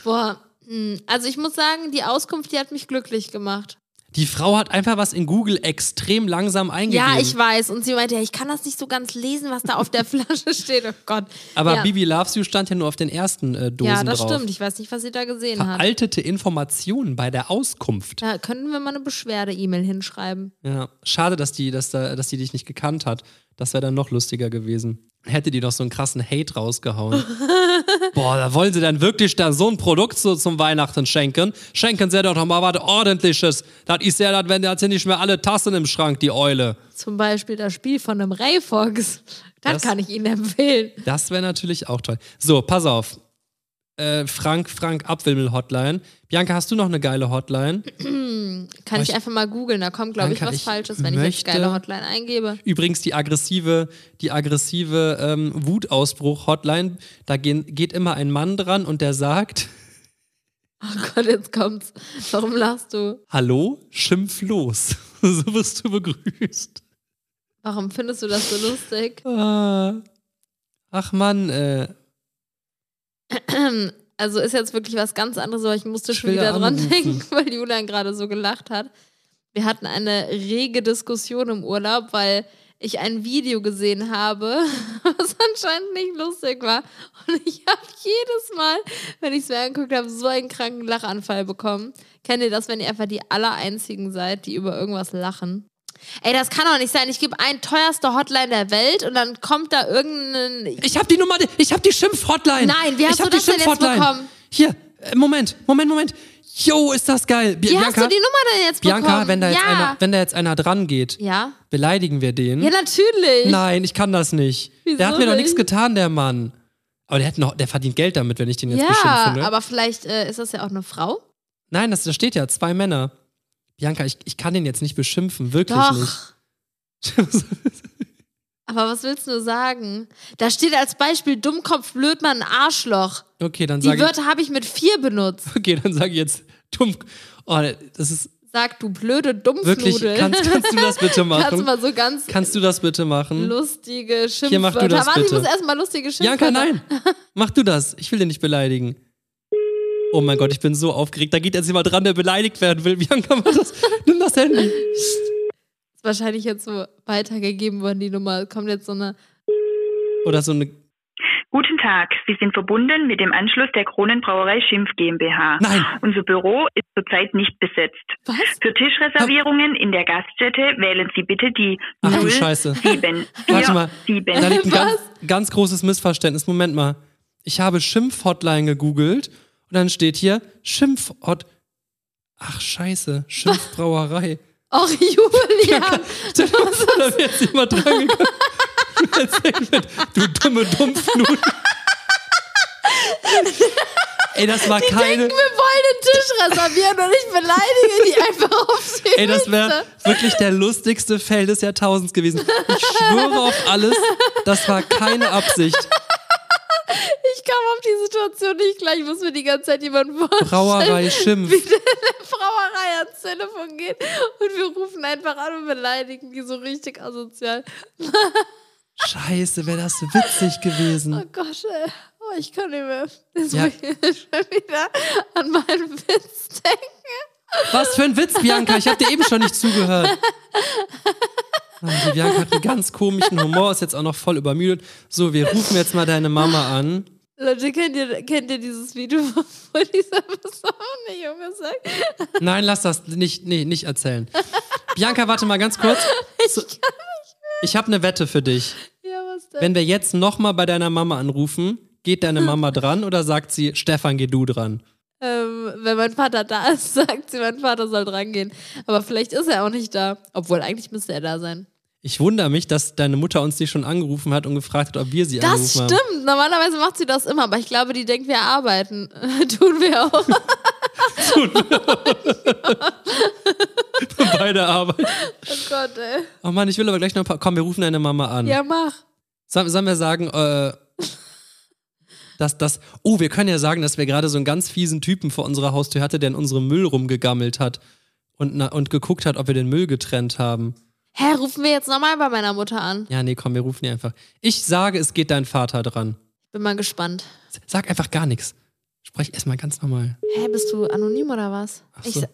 A: Boah, mh. also ich muss sagen, die Auskunft, die hat mich glücklich gemacht.
B: Die Frau hat einfach was in Google extrem langsam eingegeben.
A: Ja, ich weiß. Und sie meinte, ja, ich kann das nicht so ganz lesen, was da auf der Flasche steht. Oh Gott.
B: Aber
A: ja.
B: Bibi Loves You stand ja nur auf den ersten äh, Dosen
A: Ja, das
B: drauf.
A: stimmt. Ich halt weiß nicht, was sie da gesehen hat.
B: Veraltete Informationen bei der Auskunft.
A: Da könnten wir mal eine Beschwerde-E-Mail hinschreiben.
B: Ja. Schade, dass die, dass, da, dass die dich nicht gekannt hat. Das wäre dann noch lustiger gewesen. Hätte die doch so einen krassen Hate rausgehauen. Boah, da wollen sie dann wirklich da so ein Produkt so zum Weihnachten schenken. Schenken sie doch noch mal was ordentliches. Das ist ja das, wenn der hat nicht mehr alle Tassen im Schrank, die Eule.
A: Zum Beispiel das Spiel von einem Rayfox. Das,
B: Das-
A: kann ich Ihnen empfehlen.
B: Das wäre natürlich auch toll. So, pass auf. Äh, Frank, Frank Abwimmel Hotline. Bianca, hast du noch eine geile Hotline?
A: Kann
B: Aber
A: ich
B: ich-
A: einfach mal googeln. Da kommt, glaube ich,
B: Danke,
A: was
B: ich
A: Falsches, wenn ich jetzt
B: möchte-
A: geile Hotline eingebe.
B: Übrigens die aggressive, die aggressive ähm, Wutausbruch Hotline. Da gehen, geht immer ein Mann dran und der sagt:
A: Oh Gott, jetzt kommt's. Warum lachst du?
B: Hallo, schimpf los. so wirst du begrüßt.
A: Warum findest du das so lustig?
B: Ah. Ach Mann, äh,
A: Also ist jetzt wirklich was ganz anderes, aber ich musste schon
B: Ich will
A: wieder
B: da
A: dran
B: anrufen.
A: denken, weil Julian gerade so gelacht hat. Wir hatten eine rege Diskussion im Urlaub, weil ich ein Video gesehen habe, was anscheinend nicht lustig war. Und ich habe jedes Mal, wenn ich es mir angeguckt habe, so einen kranken Lachanfall bekommen. Kennt ihr das, wenn ihr einfach die Allereinzigen seid, die über irgendwas lachen? Ey, das kann doch nicht sein. Ich gebe ein teuerste Hotline der Welt und dann kommt da irgendein
B: ich hab die Nummer, ich hab die Schimpf-Hotline.
A: Nein, wie hast
B: ich hab
A: du das
B: die
A: denn jetzt
B: Schimpf-Hotline.
A: bekommen?
B: Hier, äh, Moment, Moment, Moment. Jo, ist das geil. Bi
A: Wie
B: Bianca,
A: hast du die Nummer denn jetzt bekommen?
B: Bianca, wenn da, jetzt
A: ja.
B: einer, wenn da jetzt einer dran geht,
A: ja.
B: beleidigen wir den.
A: Ja, natürlich.
B: Nein, ich kann das nicht.
A: Wieso
B: der hat mir doch nichts
A: nicht?
B: getan, der Mann. Aber der, hat noch, der verdient Geld damit, wenn ich den jetzt
A: ja,
B: beschimpfe. Ne?
A: aber vielleicht äh, ist das ja auch eine Frau.
B: Nein, das, da steht ja zwei Männer. Bianca, ich, ich kann den jetzt nicht beschimpfen, wirklich
A: Doch.
B: nicht.
A: Aber was willst du sagen? Da steht als Beispiel Dummkopf, Blödmann, Arschloch.
B: okay, dann
A: Die
B: sage ich,
A: Wörter habe ich mit vier benutzt.
B: okay, dann sage ich jetzt dumm. Oh, das ist
A: Sag du blöde
B: wirklich.
A: Dummfludel.
B: Kannst, kannst du das bitte
A: Kannst du
B: machen?
A: mal so ganz
B: Kannst du das bitte machen?
A: lustige Schimpfwörter.
B: mach du das
A: Warte,
B: bitte.
A: ich muss erstmal lustige Schimpfwörter.
B: Bianca, nein. Mach du das. Ich will den nicht beleidigen. Oh mein Gott, ich bin so aufgeregt. Da geht jetzt jemand dran, der beleidigt werden will. Bianca, mach das. Nimm das Handy.
A: Ist wahrscheinlich jetzt so weitergegeben worden, die Nummer. Kommt jetzt so eine.
B: Oder so eine
H: Guten Tag, Sie sind verbunden mit dem Anschluss der Kronenbrauerei Schimpf GmbH.
B: Nein.
H: Unser Büro ist zurzeit nicht besetzt.
A: Was?
H: Für Tischreservierungen in der Gaststätte wählen Sie bitte die
B: Ach du Scheiße.
H: 07
B: Warte mal, da
H: 47.
B: liegt ein ganz, ganz großes Missverständnis. Moment mal. Ich habe Schimpf-Hotline gegoogelt und dann steht hier Schimpf-Hot... Ach, scheiße. Schimpfbrauerei.
A: Auch Julian.
B: da wäre jetzt jemand dran gekommen. Jetzt denkt man, du dumme Dumpfnudel. Ey, das war
A: Wir wollen
B: keine...
A: den Tisch reservieren und ich beleidige die einfach auf die
B: Ey, das wäre
A: Liste.
B: wirklich der lustigste Fail des Jahrtausends gewesen. Ich schwöre auf alles, das war keine Absicht.
A: Ich kam auf die Situation nicht gleich. Ich muss mir die ganze Zeit jemanden vorstellen,
B: Brauerei Schimpf.
A: wie der in der Brauerei ans Telefon geht und wir rufen einfach an und beleidigen die so richtig asozial.
B: Scheiße, wäre das witzig
A: Oh
B: gewesen.
A: Gott, ey. Oh, ich kann nicht mehr. Jetzt
B: Ja.
A: muss ich schon wieder an meinen Witz denken.
B: Was für ein Witz, Bianca. Ich habe dir eben schon nicht zugehört. Ah, Die Bianca hat einen ganz komischen Humor, ist jetzt auch noch voll übermüdet. So, wir rufen jetzt mal deine Mama an.
A: Leute, kennt ihr, kennt ihr dieses Video, wo dieser besoffene Junge sagt,
B: Nein, lass das nicht, nee, nicht erzählen. Bianca, warte mal ganz kurz. So, ich habe eine Wette für dich.
A: ja, was denn?
B: Wenn wir jetzt nochmal bei deiner Mama anrufen, geht deine Mama dran oder sagt sie, Stefan, geh du dran?
A: Ähm, wenn mein Vater da ist, sagt sie, mein Vater soll drangehen. Aber vielleicht ist er auch nicht da. Obwohl, eigentlich müsste er da sein.
B: Ich wundere mich, dass deine Mutter uns nicht schon angerufen hat und gefragt hat, ob wir sie anrufen
A: Das
B: haben.
A: stimmt. Normalerweise macht sie das immer, aber ich glaube, die denkt, wir arbeiten. Tun wir auch. Oh
B: Bei der Arbeit.
A: Oh Gott, ey.
B: Oh Mann, ich will aber gleich noch ein paar. Komm, wir rufen deine Mama an.
A: Ja, mach.
B: Soll, sollen wir sagen, äh, dass das. Oh, wir können ja sagen, dass wir gerade so einen ganz fiesen Typen vor unserer Haustür hatte, der in unserem Müll rumgegammelt hat und, na, und geguckt hat, ob wir den Müll getrennt haben.
A: Hä, rufen wir jetzt nochmal bei meiner Mutter an.
B: Ja, nee, komm, wir rufen ihr einfach. Ich sage, es geht dein Vater dran.
A: Bin mal gespannt.
B: Sag einfach gar nichts. Sprech erstmal ganz normal.
A: Hä, bist du anonym oder was?
B: Ach
A: Ich,
B: so.
A: sa-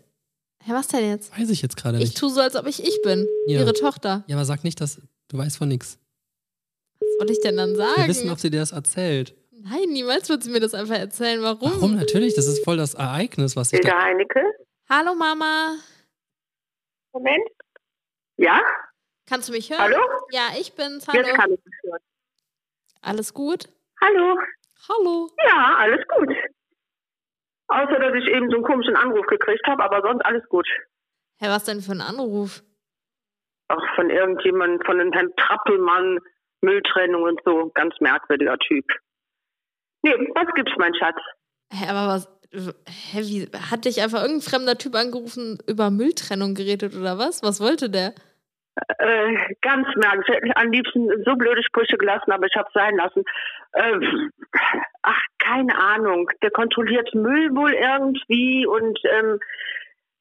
A: hä, was denn jetzt?
B: Weiß ich jetzt gerade
A: Ich
B: nicht.
A: tue so, als ob ich ich bin.
B: Ja.
A: Ihre Tochter.
B: Ja, aber sag nicht, dass du weißt von nichts.
A: Was soll ich denn dann
B: Wir wissen,
A: sagen?
B: ob sie dir das erzählt.
A: Nein, niemals wird sie mir das einfach erzählen.
C: Oh.
A: Warum?
B: Warum? Natürlich, das ist voll das Ereignis, was ich da.
C: Hilda Heinecke?
A: Hallo Mama.
C: Moment. Ja?
A: Kannst du mich hören?
C: Hallo?
A: Ja, ich bin's.
C: Jetzt
A: Hallo.
C: kann ich dich hören.
A: Alles gut?
C: Hallo?
A: Hallo.
C: Ja, alles gut. Außer, dass ich eben so einen komischen Anruf gekriegt habe, aber sonst alles gut.
A: Hä, was denn für ein Anruf?
C: Auch von irgendjemandem, von einem Herrn Trappelmann, Mülltrennung und so. Ganz merkwürdiger Typ. Nee, was gibt's, mein Schatz?
A: Hä, aber was? Hä, wie? Hat dich einfach irgendein fremder Typ angerufen, über Mülltrennung geredet oder was? Was wollte der?
C: Äh, ganz merkwürdig. Ich hätte am liebsten so blöde Sprüche gelassen, aber ich habe sein lassen. Äh, ach, keine Ahnung. Der kontrolliert Müll wohl irgendwie und ähm,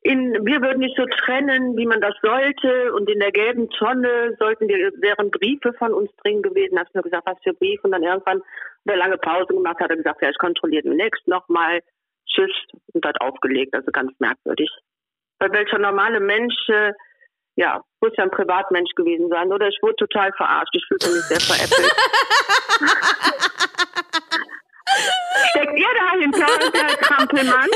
C: in, wir würden nicht so trennen, wie man das sollte. Und in der gelben Tonne sollten wir, wären Briefe von uns drin gewesen. Da hast du mir gesagt, was für Briefe? Und dann irgendwann eine lange Pause gemacht, hat er gesagt, ja, ich kontrolliere demnächst nochmal. Tschüss. Und hat aufgelegt. Also ganz merkwürdig. Weil welcher normale Mensch... Äh, ja, muss ja ein Privatmensch gewesen sein. Oder ich wurde total verarscht. Ich fühlte mich sehr veräppelt. Steckt ihr dahinter, der Trampelmann?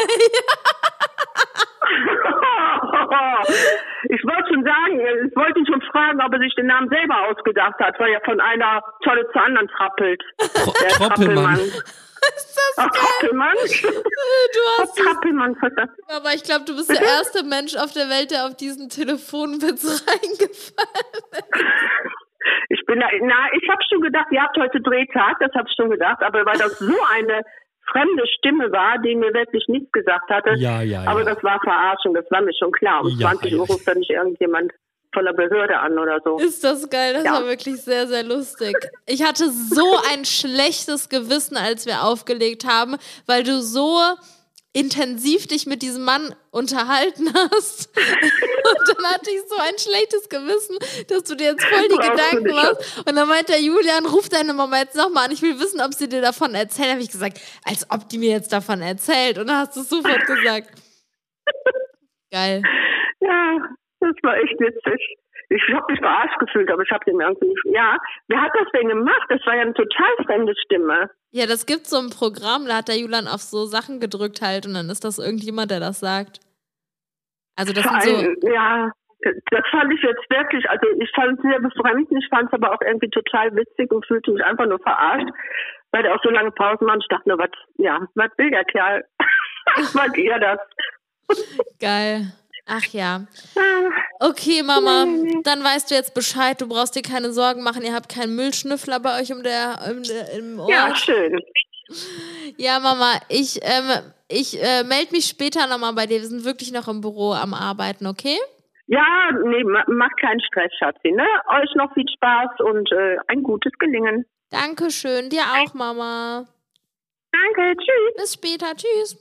C: Ich wollte schon sagen, ich wollte ihn schon fragen, ob er sich den Namen selber ausgedacht hat, weil er von einer Tolle zur anderen trappelt.
B: Tro
C: Der
B: Troppelmann.
C: Trappelmann. Ach, Trappelmann?
A: Äh, Du hast es.
C: Trappelmann, verdammt.
A: Aber ich glaube, du bist der erste Mensch auf der Welt, der auf diesen Telefonwitz reingefallen
C: Ich bin da, na, ich habe schon gedacht, ihr habt heute Drehtag, das habe ich schon gedacht, aber weil das so eine fremde Stimme war, die mir wirklich nichts gesagt hatte.
B: Ja, ja,
C: aber
B: ja.
C: das war Verarschung, das war mir schon klar. Um
B: Ja,
C: 20
B: ja.
C: Uhr ruft dann nicht irgendjemand von der Behörde an oder so.
A: Ist das geil? Das
C: Ja.
A: war wirklich sehr, sehr lustig. Ich hatte so ein schlechtes Gewissen, als wir aufgelegt haben, weil du so intensiv dich mit diesem Mann unterhalten hast. Und dann hatte ich so ein schlechtes Gewissen, dass du dir jetzt voll die
C: Brauchst du
A: Gedanken
C: nicht.
A: machst. Und dann meinte der Julian, ruf deine Mama jetzt nochmal an. Ich will wissen, ob sie dir davon erzählt. Da habe ich gesagt, als ob die mir jetzt davon erzählt. Und dann hast du es sofort gesagt. Geil.
C: Ja, das war echt witzig. Ich habe mich verarscht gefühlt, aber ich habe den irgendwie nicht. Ja, wer hat das denn gemacht? Das war ja eine total fremde Stimme.
A: Ja, das gibt so ein Programm, da hat der Julian auf so Sachen gedrückt halt und dann ist das irgendjemand, der das sagt. Also das
C: Vor
A: sind so,
C: allem, ja, das fand ich jetzt wirklich, also ich fand es sehr befremdend, ich fand es aber auch irgendwie total witzig und fühlte mich einfach nur verarscht, weil der auch so lange Pausen macht. Ich dachte nur, was, ja, was will der Kerl? was macht ihr das?
A: Geil. Ach ja. Okay, Mama, dann weißt du jetzt Bescheid. Du brauchst dir keine Sorgen machen. Ihr habt keinen Müllschnüffler bei euch um der, um der, im Ohr.
C: Ja, schön.
A: Ja, Mama, ich, ähm, ich äh, melde mich später nochmal bei dir. Wir sind wirklich noch im Büro am Arbeiten, okay?
C: Ja, nee, ma- macht keinen Stress, Schatzi, ne? Euch noch viel Spaß und äh, ein gutes Gelingen.
A: Dankeschön. Dir auch, Mama.
C: Danke, tschüss.
A: Bis später. Tschüss.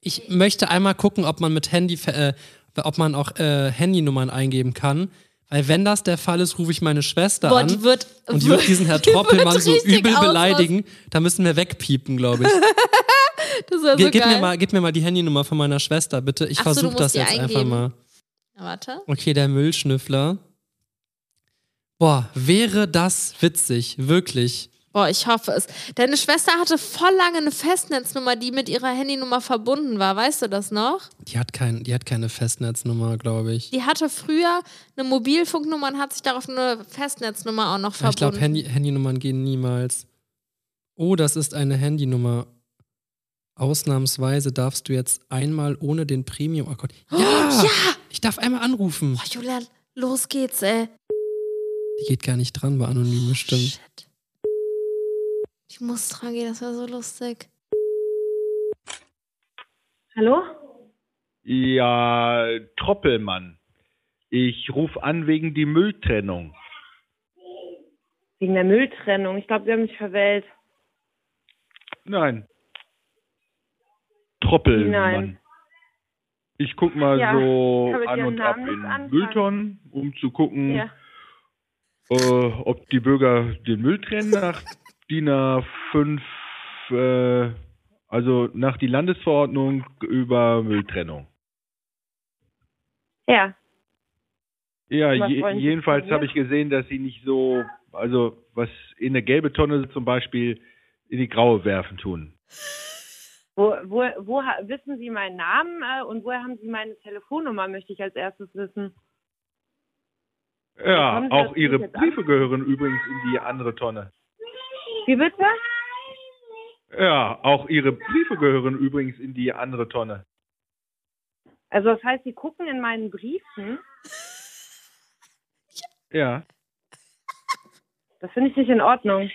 B: Ich möchte einmal gucken, ob man mit Handy, äh, ob man auch äh, Handynummern eingeben kann. Weil wenn das der Fall ist, rufe ich meine Schwester
A: Boah,
B: an.
A: die wird.
B: und die wird diesen Herr
A: die wird
B: Troppelmann so
A: richtig
B: übel
A: ausrasten.
B: beleidigen. Da müssen wir wegpiepen, glaube ich.
A: Das ist
B: Ge
A: so
B: gib, mir
A: geil.
B: mal, gib mir mal die Handynummer von meiner Schwester, bitte. Ich
A: Ach so, du
B: versuche
A: musst
B: das
A: die
B: jetzt einfach
A: eingeben.
B: mal.
A: Na, Warte.
B: Okay, der Müllschnüffler. Boah, wäre das witzig. Wirklich.
A: Boah, ich hoffe es. Deine Schwester hatte voll lange eine Festnetznummer, die mit ihrer Handynummer verbunden war. Weißt du das noch?
B: Die hat, kein, die hat keine Festnetznummer, glaube ich.
A: Die hatte früher eine Mobilfunknummer und hat sich darauf eine Festnetznummer auch noch
B: Ja,
A: verbunden.
B: ich glaube, Handy, Handynummern gehen niemals. Oh, das ist eine Handynummer. Ausnahmsweise darfst du jetzt einmal ohne den Premium. Oh Gott. Ja! Ich darf einmal anrufen.
A: Boah, Julian, los geht's, ey.
B: Die geht gar nicht dran, war anonym bestimmt.
A: Shit. Ich muss dran gehen, das wäre so lustig.
I: Hallo?
D: Ja, Troppelmann. Ich rufe an wegen die Mülltrennung.
I: Wegen der Mülltrennung. Ich glaube, Sie haben mich verwählt.
D: Nein. Troppelmann.
I: Nein.
D: Ich guck mal
I: Ja,
D: so
I: ich kann mit
D: an
I: Ihrem
D: und ab
I: Namen nichts
D: in
I: anfangen.
D: Mülltonnen, um zu gucken,
I: Ja.
D: äh, ob die Bürger den Müll trennen nach DIN A5, äh, also nach die Landesverordnung über Mülltrennung.
I: Ja.
D: Ja,
I: Was
D: je,
I: wollen Sie
D: jedenfalls
I: probieren?
D: habe ich gesehen, dass sie nicht so, also was in eine gelbe Tonne zum Beispiel in die graue werfen tun.
I: Wo, wo, wo ha- wissen Sie meinen Namen äh, und woher haben Sie meine Telefonnummer, möchte ich als erstes wissen.
D: Ja,
I: Kommt das
D: auch ihre
I: nicht jetzt an?
D: Briefe gehören übrigens in die andere Tonne.
I: Wie bitte?
D: Ja, auch ihre Briefe gehören übrigens in die andere Tonne.
I: Also das heißt, Sie gucken in meinen Briefen.
D: Ja,
I: Das finde ich nicht in Ordnung.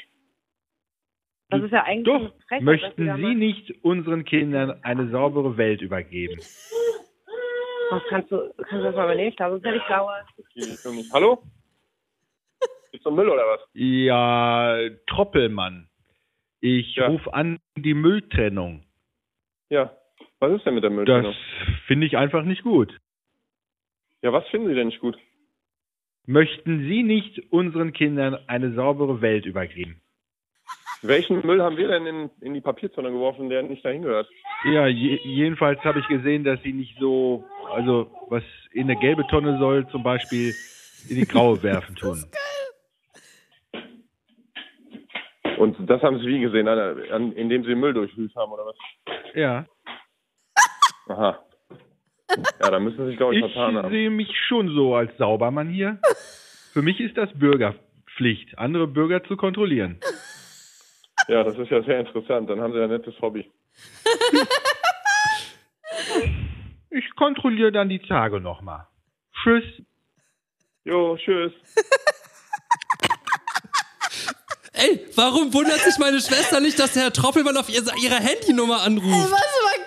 I: Das ist ja eigentlich
D: Hm, doch.
I: eine Frechheit, was Sie,
D: Möchten
I: da
D: Sie
I: machen.
D: nicht unseren Kindern eine saubere Welt übergeben?
I: Oh, kannst, du, kannst du das mal übernehmen? Ich glaube, das ist ja nicht sauer.
J: Hallo? Gibt's noch Müll oder was?
D: Ja, Troppelmann. Ich
J: Ja.
D: rufe an die Mülltrennung.
J: Ja. Was ist denn mit der Mülltrennung?
D: Das finde ich einfach nicht gut.
J: Ja, was finden Sie denn nicht gut?
D: Möchten Sie nicht unseren Kindern eine saubere Welt übergeben?
J: Welchen Müll haben wir denn in, in die Papiertonne geworfen, der nicht dahin gehört?
D: Ja, je, jedenfalls habe ich gesehen, dass sie nicht so, also was in eine gelbe Tonne soll, zum Beispiel in die graue werfen tun.
J: Und das haben Sie wie gesehen, an, an, indem Sie den Müll durchwühlt haben oder was?
D: Ja,
J: Aha. Ja, da müssen Sie sich, glaube ich,
D: ich
J: vertan haben.
D: sehe mich schon so als Saubermann hier. Für mich ist das Bürgerpflicht, andere Bürger zu kontrollieren.
J: Ja, das ist ja sehr interessant. Dann haben Sie ein nettes Hobby.
D: Ich kontrolliere dann die Tage nochmal. Tschüss.
J: Jo, tschüss.
B: Ey, warum wundert sich meine Schwester nicht, dass der Herr Troppelmann auf ihr, ihre Handynummer
A: Warte
B: anruft?
A: mal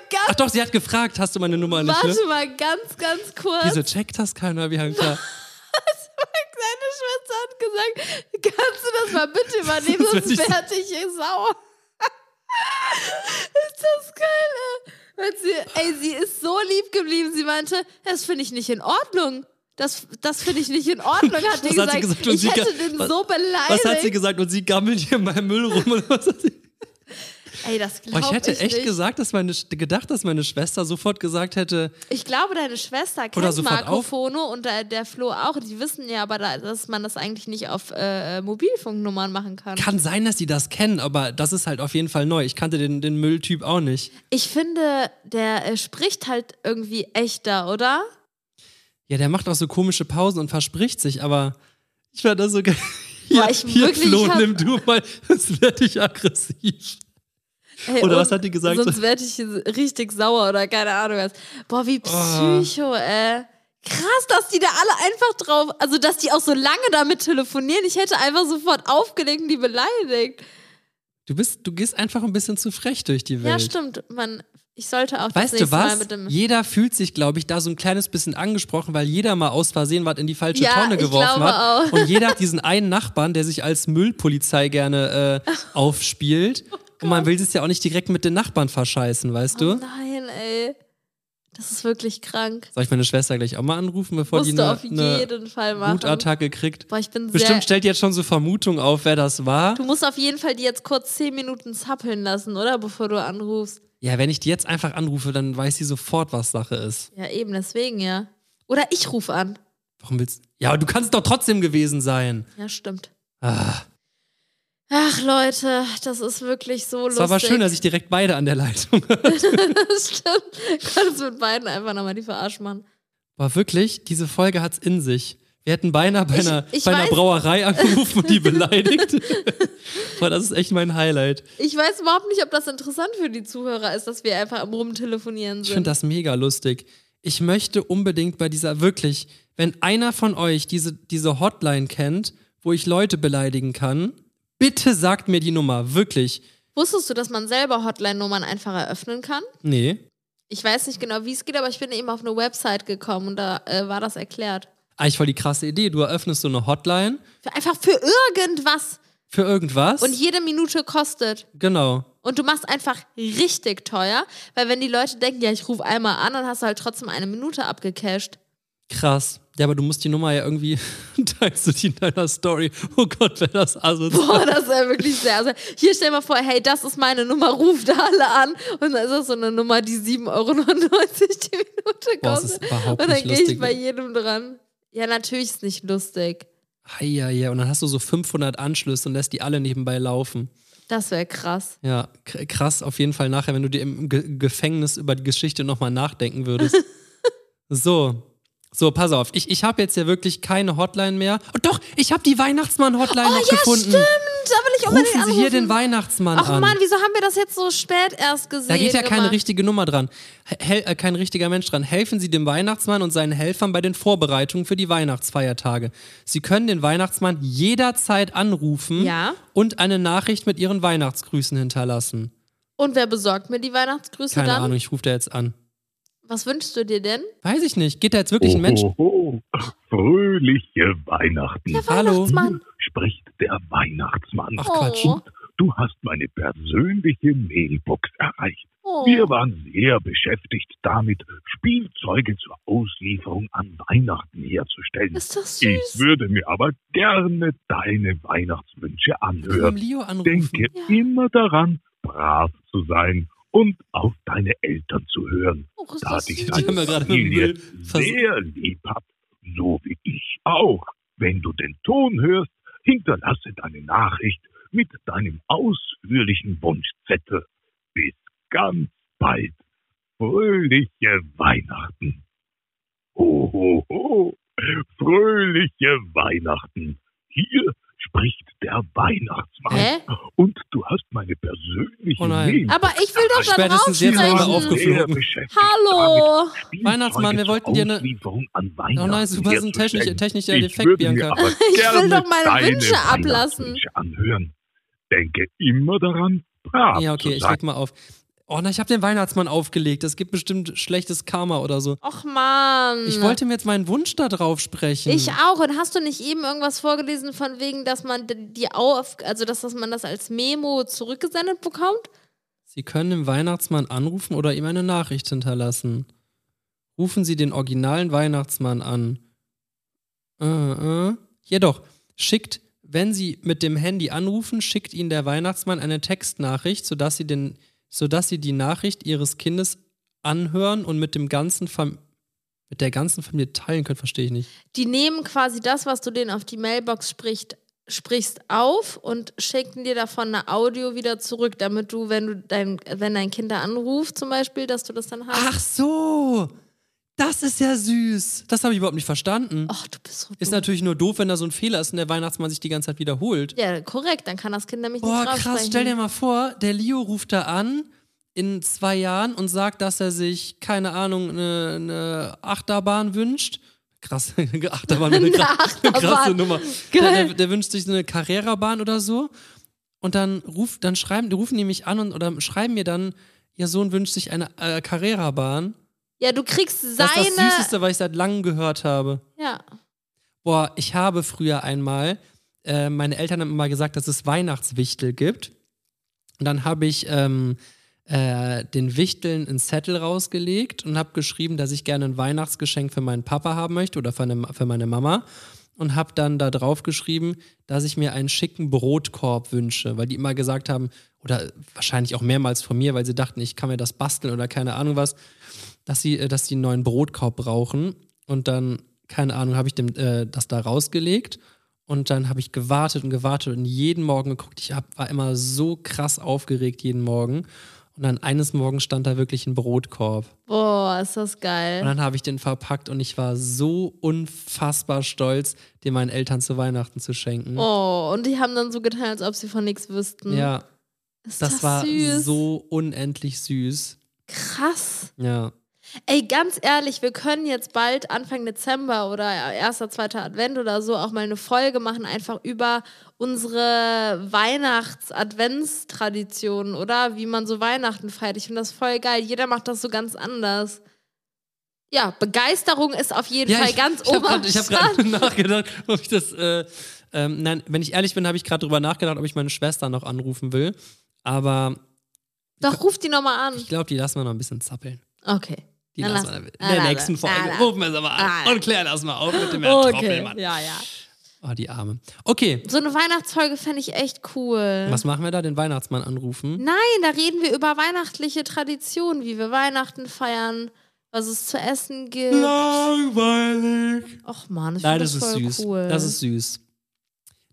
B: Ach
A: ganz,
B: doch, sie hat gefragt, hast du meine Nummer nicht, ne?
A: warte mal ganz, ganz kurz.
B: Wieso checkt das keiner, Bianca?
A: Deine Schwester hat gesagt, kannst du das mal bitte übernehmen,
B: Sonst werd
A: sonst
B: ich-
A: werd ich eh sauer. ist das geil, ey. Wenn sie, ey, sie ist so lieb geblieben. Sie meinte, das finde ich nicht in Ordnung. Das, das finde ich nicht in Ordnung, hat die
B: Was hat
A: gesagt.
B: sie gesagt? Und
A: ich
B: sie
A: hätte
B: ge-
A: den
B: was-
A: so beleidigt.
B: Was hat sie gesagt? Und sie gammelt hier in meinem Müll rum. Oder was hat sie?
A: Ey, das glaub
B: Oh, ich hätte echt
A: nicht.
B: gesagt, dass meine, Sch- gedacht, dass meine Schwester sofort gesagt hätte,
A: Ich glaube, deine Schwester
B: Oder
A: kennt
B: sofort
A: Marco
B: auf.
A: Fono und der, der Flo auch. Die wissen ja aber, da, dass man das eigentlich nicht auf äh, Mobilfunknummern machen kann.
B: kann sein, dass die das kennen, aber das ist halt auf jeden Fall neu. Ich kannte den, den Mülltyp auch nicht.
A: Ich finde, der äh, spricht halt irgendwie echter, oder?
B: Ja, der macht auch so komische Pausen und verspricht sich, aber ich war da so ge- hier,
A: Boah, ich
B: hier
A: wirklich,
B: Flo,
A: ich hab-
B: nimm du mal, sonst werde ich aggressiv.
A: Ey,
B: Oder
A: und
B: was hat die gesagt?
A: Sonst werde ich richtig sauer oder keine Ahnung was. Boah,
B: Oh.
A: wie Psycho, ey. Krass, dass die da alle einfach drauf, also dass die auch so lange damit telefonieren. Ich hätte einfach sofort aufgelegt und die beleidigt.
B: Du bist, du gehst einfach ein bisschen zu frech durch die
A: Ja,
B: Welt.
A: stimmt. Man, ich sollte auch das
B: Weißt du
A: nächste Mal
B: was?
A: mit dem.
B: Jeder fühlt sich, glaube ich, da so ein kleines bisschen angesprochen, weil jeder mal aus Versehen was in die falsche
A: Ja,
B: Tonne
A: ich
B: geworfen
A: glaube
B: hat.
A: auch.
B: Und jeder hat diesen einen Nachbarn, der sich als Müllpolizei gerne äh, aufspielt. Und man will es ja auch nicht direkt mit den Nachbarn verscheißen, weißt du?
A: Oh Oh nein, ey. Das ist wirklich krank.
B: Soll ich meine Schwester gleich auch mal anrufen, bevor
A: Musst
B: die
A: du
B: eine,
A: auf jeden Fall
B: eine
A: machen.
B: Mutattacke kriegt?
A: Boah, ich bin sehr.
B: Bestimmt stellt die jetzt schon so Vermutung auf, wer das war.
A: Du musst auf jeden Fall die jetzt kurz 10 Minuten zappeln lassen, oder? Bevor du anrufst.
B: Ja, wenn ich die jetzt einfach anrufe, dann weiß sie sofort, was Sache ist.
A: Ja, eben, deswegen, ja. Oder ich rufe an.
B: Warum willst du? Ja, aber du kannst doch trotzdem gewesen sein.
A: Ja, stimmt.
B: Ah.
A: Ach, Leute, das ist wirklich so
B: Es
A: lustig.
B: war aber schön, dass ich direkt beide an der Leitung
A: das stimmt. Kannst mit beiden einfach nochmal die Verarsch machen.
B: War wirklich, diese Folge hat's in sich. Wir hätten beinahe bei,
A: Ich-
B: einer,
A: ich
B: bei einer
A: weiß-
B: Brauerei angerufen und die beleidigt. Boah, das ist echt mein Highlight.
A: Ich weiß überhaupt nicht, ob das interessant für die Zuhörer ist, dass wir einfach am Rumtelefonieren
B: Ich
A: sind.
B: finde das mega lustig. Ich möchte unbedingt bei dieser, wirklich, wenn einer von euch diese, diese Hotline kennt, wo ich Leute beleidigen kann, bitte sagt mir die Nummer, wirklich.
A: Wusstest du, dass man selber Hotline-Nummern einfach eröffnen kann?
B: Nee.
A: Ich weiß nicht genau, wie es geht, aber ich bin eben auf eine Website gekommen und da äh, war das erklärt.
B: Eigentlich Ah, voll die krasse Idee. Du eröffnest so eine Hotline
A: Für, einfach für irgendwas.
B: für irgendwas.
A: Und jede Minute kostet.
B: genau.
A: Und du machst einfach richtig teuer, weil wenn die Leute denken, ja, ich rufe einmal an, dann hast du halt trotzdem eine Minute abgecasht.
B: Krass. Ja, aber du musst die Nummer ja irgendwie teilst du die in deiner Story. Oh Gott, wäre das asozial.
A: Boah, das ist ja wirklich sehr. Also hier stell mal vor, hey, das ist meine Nummer, ruf da alle an. Und dann ist das so eine Nummer, die 7,99 Euro die Minute
B: Boah, das
A: kostet.
B: ist überhaupt
A: und dann
B: nicht
A: gehe
B: lustig.
A: ich bei jedem dran. Ja, natürlich ist nicht lustig.
B: Ja, ja, und dann hast du so 500 Anschlüsse und lässt die alle nebenbei laufen.
A: Das wäre krass.
B: Ja, kr- krass auf jeden Fall nachher, wenn du dir im Ge Gefängnis über die Geschichte nochmal nachdenken würdest. so. So, pass auf. Ich, ich habe jetzt ja wirklich keine Hotline mehr. Oh, doch, ich habe die Weihnachtsmann-Hotline noch
A: Oh, ja,
B: gefunden.
A: stimmt. Da will ich unbedingt
B: Rufen Sie
A: anrufen.
B: hier den Weihnachtsmann
A: Ach
B: an.
A: Mann, wieso haben wir das jetzt so spät erst gesehen?
B: Da geht ja keine
A: immer?
B: richtige Nummer dran. He- Hel äh, kein richtiger Mensch dran. Helfen Sie dem Weihnachtsmann und seinen Helfern bei den Vorbereitungen für die Weihnachtsfeiertage. Sie können den Weihnachtsmann jederzeit anrufen
A: Ja.
B: und eine Nachricht mit Ihren Weihnachtsgrüßen hinterlassen.
A: Und wer besorgt mir die Weihnachtsgrüße
B: Keine
A: dann?
B: Ahnung, ich rufe da jetzt an.
A: Was wünschst du dir denn?
B: Weiß ich nicht. Geht da jetzt
K: Oh,
B: wirklich ein Mensch?
K: Oho, fröhliche Weihnachten.
B: Hallo.
A: Mann.
K: Spricht der Weihnachtsmann.
A: Ach, Quatsch. Oh.
K: Du hast meine persönliche Mailbox erreicht.
A: Oh.
K: Wir waren sehr beschäftigt damit, Spielzeuge zur Auslieferung an Weihnachten herzustellen.
A: Ist das süß.
K: Ich würde mir aber gerne deine Weihnachtswünsche anhören.
B: Leo anrufen.
K: Denke immer daran, brav zu sein und auf deine Eltern zu hören.
A: Oh, ist
K: da
A: das
K: dich
A: süß.
B: Die haben ja
K: deine
B: gerade
K: Familie
B: mit dem Müll vers-
K: sehr lieb hat, so wie ich auch. Wenn du den Ton hörst, hinterlasse deine Nachricht mit deinem ausführlichen Wunschzettel. Bis ganz bald. Fröhliche Weihnachten. Ho, ho, ho. Fröhliche Weihnachten. Hier spricht der Weihnachtsmann.
A: Hä?
K: Und du hast meine persönliche
B: Oh nein.
K: Mail.
A: Aber ich will doch dann
B: Spätestens jetzt haben wir
A: rausrechnen.
B: aufgeflogen.
K: beschäftigt
A: Hallo.
B: Weihnachtsmann, wir wollten dir eine.
K: Auslieferung an
B: Oh
K: Weihnachten
B: nein, super, das ist ein technischer
K: herzustellen.
B: technischer
K: Ich
B: Defekt,
K: würde mir
B: Bianca.
K: aber
A: Ich will
K: gerne
A: doch meine
K: deine
A: Wünsche ablassen.
K: Weihnachtswünsche anhören. Denke immer daran, brav
B: Ja, okay,
K: zu
B: ich
K: sein.
B: leg mal auf. Oh nein, ich habe den Weihnachtsmann aufgelegt. Das gibt bestimmt schlechtes Karma oder so.
A: Och Mann.
B: Ich wollte mir jetzt meinen Wunsch da drauf sprechen.
A: Ich auch. Und hast du nicht eben irgendwas vorgelesen von wegen, dass man d- die auf, also dass, dass man das als Memo zurückgesendet bekommt?
B: Sie können den Weihnachtsmann anrufen oder ihm eine Nachricht hinterlassen. Rufen Sie den originalen Weihnachtsmann an. Äh, äh. Jedoch, schickt Wenn Sie mit dem Handy anrufen, schickt Ihnen der Weihnachtsmann eine Textnachricht, sodass Sie, den, sodass Sie die Nachricht Ihres Kindes anhören und mit, dem ganzen Fam mit der ganzen Familie teilen können, verstehe ich nicht.
A: Die nehmen quasi das, was du denen auf die Mailbox spricht, sprichst, auf und schicken dir davon eine Audio wieder zurück, damit du, wenn du dein, wenn dein Kind da anruft zum Beispiel, dass du das dann hast.
B: Ach so! Das ist ja süß. Das habe ich überhaupt nicht verstanden.
A: Ach, du bist so
B: Ist natürlich nur doof, wenn da so ein Fehler ist und der Weihnachtsmann sich die ganze Zeit wiederholt.
A: Ja, korrekt, dann kann das Kind nämlich
B: Boah,
A: nicht
B: krass,
A: draufsprechen.
B: stell dir mal vor, der Leo ruft da an in zwei Jahren und sagt, dass er sich, keine Ahnung, eine, eine Achterbahn wünscht. Krass, eine Achterbahn wäre eine,
A: Eine
B: gra-
A: Achterbahn.
B: eine krasse Nummer.
A: Geil.
B: Der, der, der wünscht sich so eine Carrera-Bahn oder so. Und dann ruft, dann schreiben, die rufen die mich an und oder schreiben mir dann, ihr Sohn wünscht sich eine äh, Carrera-Bahn.
A: Ja, du kriegst
B: Das
A: seine.
B: ist das Süßeste, was ich seit langem gehört habe.
A: ja.
B: Boah, ich habe früher einmal, äh, meine Eltern haben immer gesagt, dass es Weihnachtswichtel gibt. Und dann habe ich ähm, äh, den Wichteln einen Zettel rausgelegt und habe geschrieben, dass ich gerne ein Weihnachtsgeschenk für meinen Papa haben möchte oder für, eine, für meine Mama. Und habe dann da drauf geschrieben, dass ich mir einen schicken Brotkorb wünsche, weil die immer gesagt haben, oder wahrscheinlich auch mehrmals von mir, weil sie dachten, ich kann mir das basteln oder keine Ahnung was dass sie, äh, dass sie einen neuen Brotkorb brauchen. Und dann, keine Ahnung, habe ich dem, äh, das da rausgelegt. Und dann habe ich gewartet und gewartet und jeden Morgen geguckt. Ich hab, war immer so krass aufgeregt jeden Morgen. Und dann eines Morgens stand da wirklich ein Brotkorb.
A: Boah, ist das geil.
B: Und dann habe ich den verpackt und ich war so unfassbar stolz, den meinen Eltern zu Weihnachten zu schenken.
A: Oh, und die haben dann so getan, als ob sie von nichts wüssten.
B: Ja.
A: Ist
B: das
A: das
B: war
A: süß.
B: so unendlich süß.
A: Krass.
B: Ja.
A: Ey, ganz ehrlich, wir können jetzt bald Anfang Dezember oder erster, zweiter Advent oder so auch mal eine Folge machen, einfach über unsere Weihnachts-Adventstraditionen, oder? Wie man so Weihnachten feiert. Ich finde das voll geil. Jeder macht das so ganz anders. Ja, Begeisterung ist auf jeden Fall
B: ich,
A: ganz
B: ich hab
A: oben.
B: grad-
A: am
B: Ich habe
A: Start.
B: gerade nachgedacht, ob ich das. Äh, ähm, nein, wenn ich ehrlich bin, habe ich gerade drüber nachgedacht, ob ich meine Schwester noch anrufen will. Aber
A: Doch, ruf die nochmal an.
B: ich glaube, die lassen wir noch ein bisschen zappeln.
A: Okay.
B: Die
A: Dann
B: lassen
A: lass-
B: wir in
A: na,
B: der
A: lass-
B: nächsten Folge.
A: na, lass-
B: Rufen wir sie mal
A: na,
B: an
A: lass-
B: und klären das mal auf mit dem Herrn
A: Okay,
B: Troppelmann.
A: ja, ja.
B: Oh, die Arme. Okay,
A: So eine Weihnachtsfolge fände ich echt cool.
B: was machen wir da? Den Weihnachtsmann anrufen?
A: Nein, da reden wir über weihnachtliche Traditionen, wie wir Weihnachten feiern, was es zu essen gibt.
B: Langweilig.
A: Och man, ich
B: Nein,
A: finde
B: das
A: das,
B: ist
A: voll
B: süß.
A: cool.
B: Das ist süß.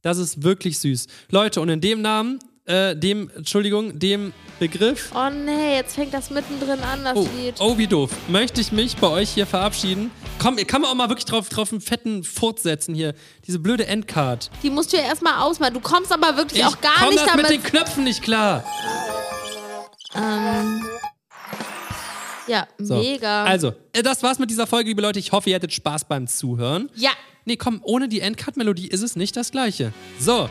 B: Das ist wirklich süß. Leute, und in dem Namen, äh, dem, Entschuldigung, dem Begriff
A: Oh nee, jetzt fängt das mittendrin an, das
B: Oh,
A: Lied.
B: oh, wie doof. Möchte ich mich bei euch hier verabschieden? Komm, ihr kann man auch mal wirklich drauf, drauf einen fetten Furz setzen hier. Diese blöde Endcard.
A: Die musst du ja erstmal ausmachen. Du kommst aber wirklich auch gar
B: komm
A: nicht
B: das
A: damit.
B: mit den Knöpfen nicht klar.
A: ähm, ja,
B: So.
A: mega.
B: Also, äh, das war's mit dieser Folge, liebe Leute. Ich hoffe, ihr hattet Spaß beim Zuhören.
A: Ja.
B: Nee, komm, ohne die Endcard-Melodie ist es nicht das gleiche. So.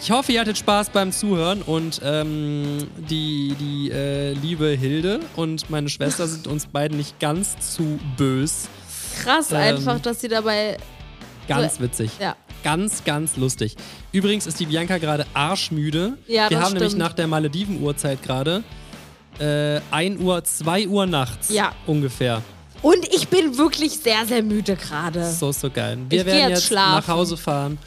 B: Ich hoffe, ihr hattet Spaß beim Zuhören und ähm, die, die äh, liebe Hilde und meine Schwester sind uns beiden nicht ganz zu bös.
A: Krass
B: ähm,
A: einfach, dass sie dabei.
B: Ganz
A: So,
B: witzig.
A: Ja.
B: Ganz, ganz lustig. Übrigens ist die Bianca gerade arschmüde.
A: Ja,
B: Wir
A: das
B: haben nämlich
A: stimmt.
B: nach der Malediven-Uhrzeit gerade äh, 1 Uhr, 2 Uhr nachts
A: Ja.
B: ungefähr.
A: Und ich bin wirklich sehr, sehr müde gerade.
B: So, so geil. Wir
A: Ich geh
B: werden
A: jetzt
B: jetzt
A: schlafen.
B: nach Hause fahren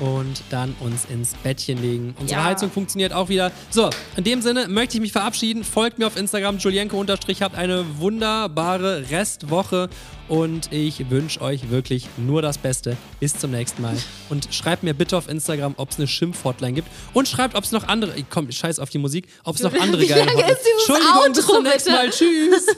B: und dann uns ins Bettchen legen. Unsere
A: Ja.
B: Heizung funktioniert auch wieder. So, in dem Sinne möchte ich mich verabschieden. Folgt mir auf Instagram, julienko Habt eine wunderbare Restwoche und ich wünsche euch wirklich nur das Beste. Bis zum nächsten Mal. Und schreibt mir bitte auf Instagram, ob es eine Schimpfhotline gibt. Und schreibt, ob es noch andere... Komm, scheiß auf die Musik. Ob es noch andere
A: Wie
B: geile
A: lange
B: Hotline-
A: ist dieses
B: Entschuldigung, bis
A: Outro,
B: zum nächsten
A: bitte?
B: Mal. Tschüss.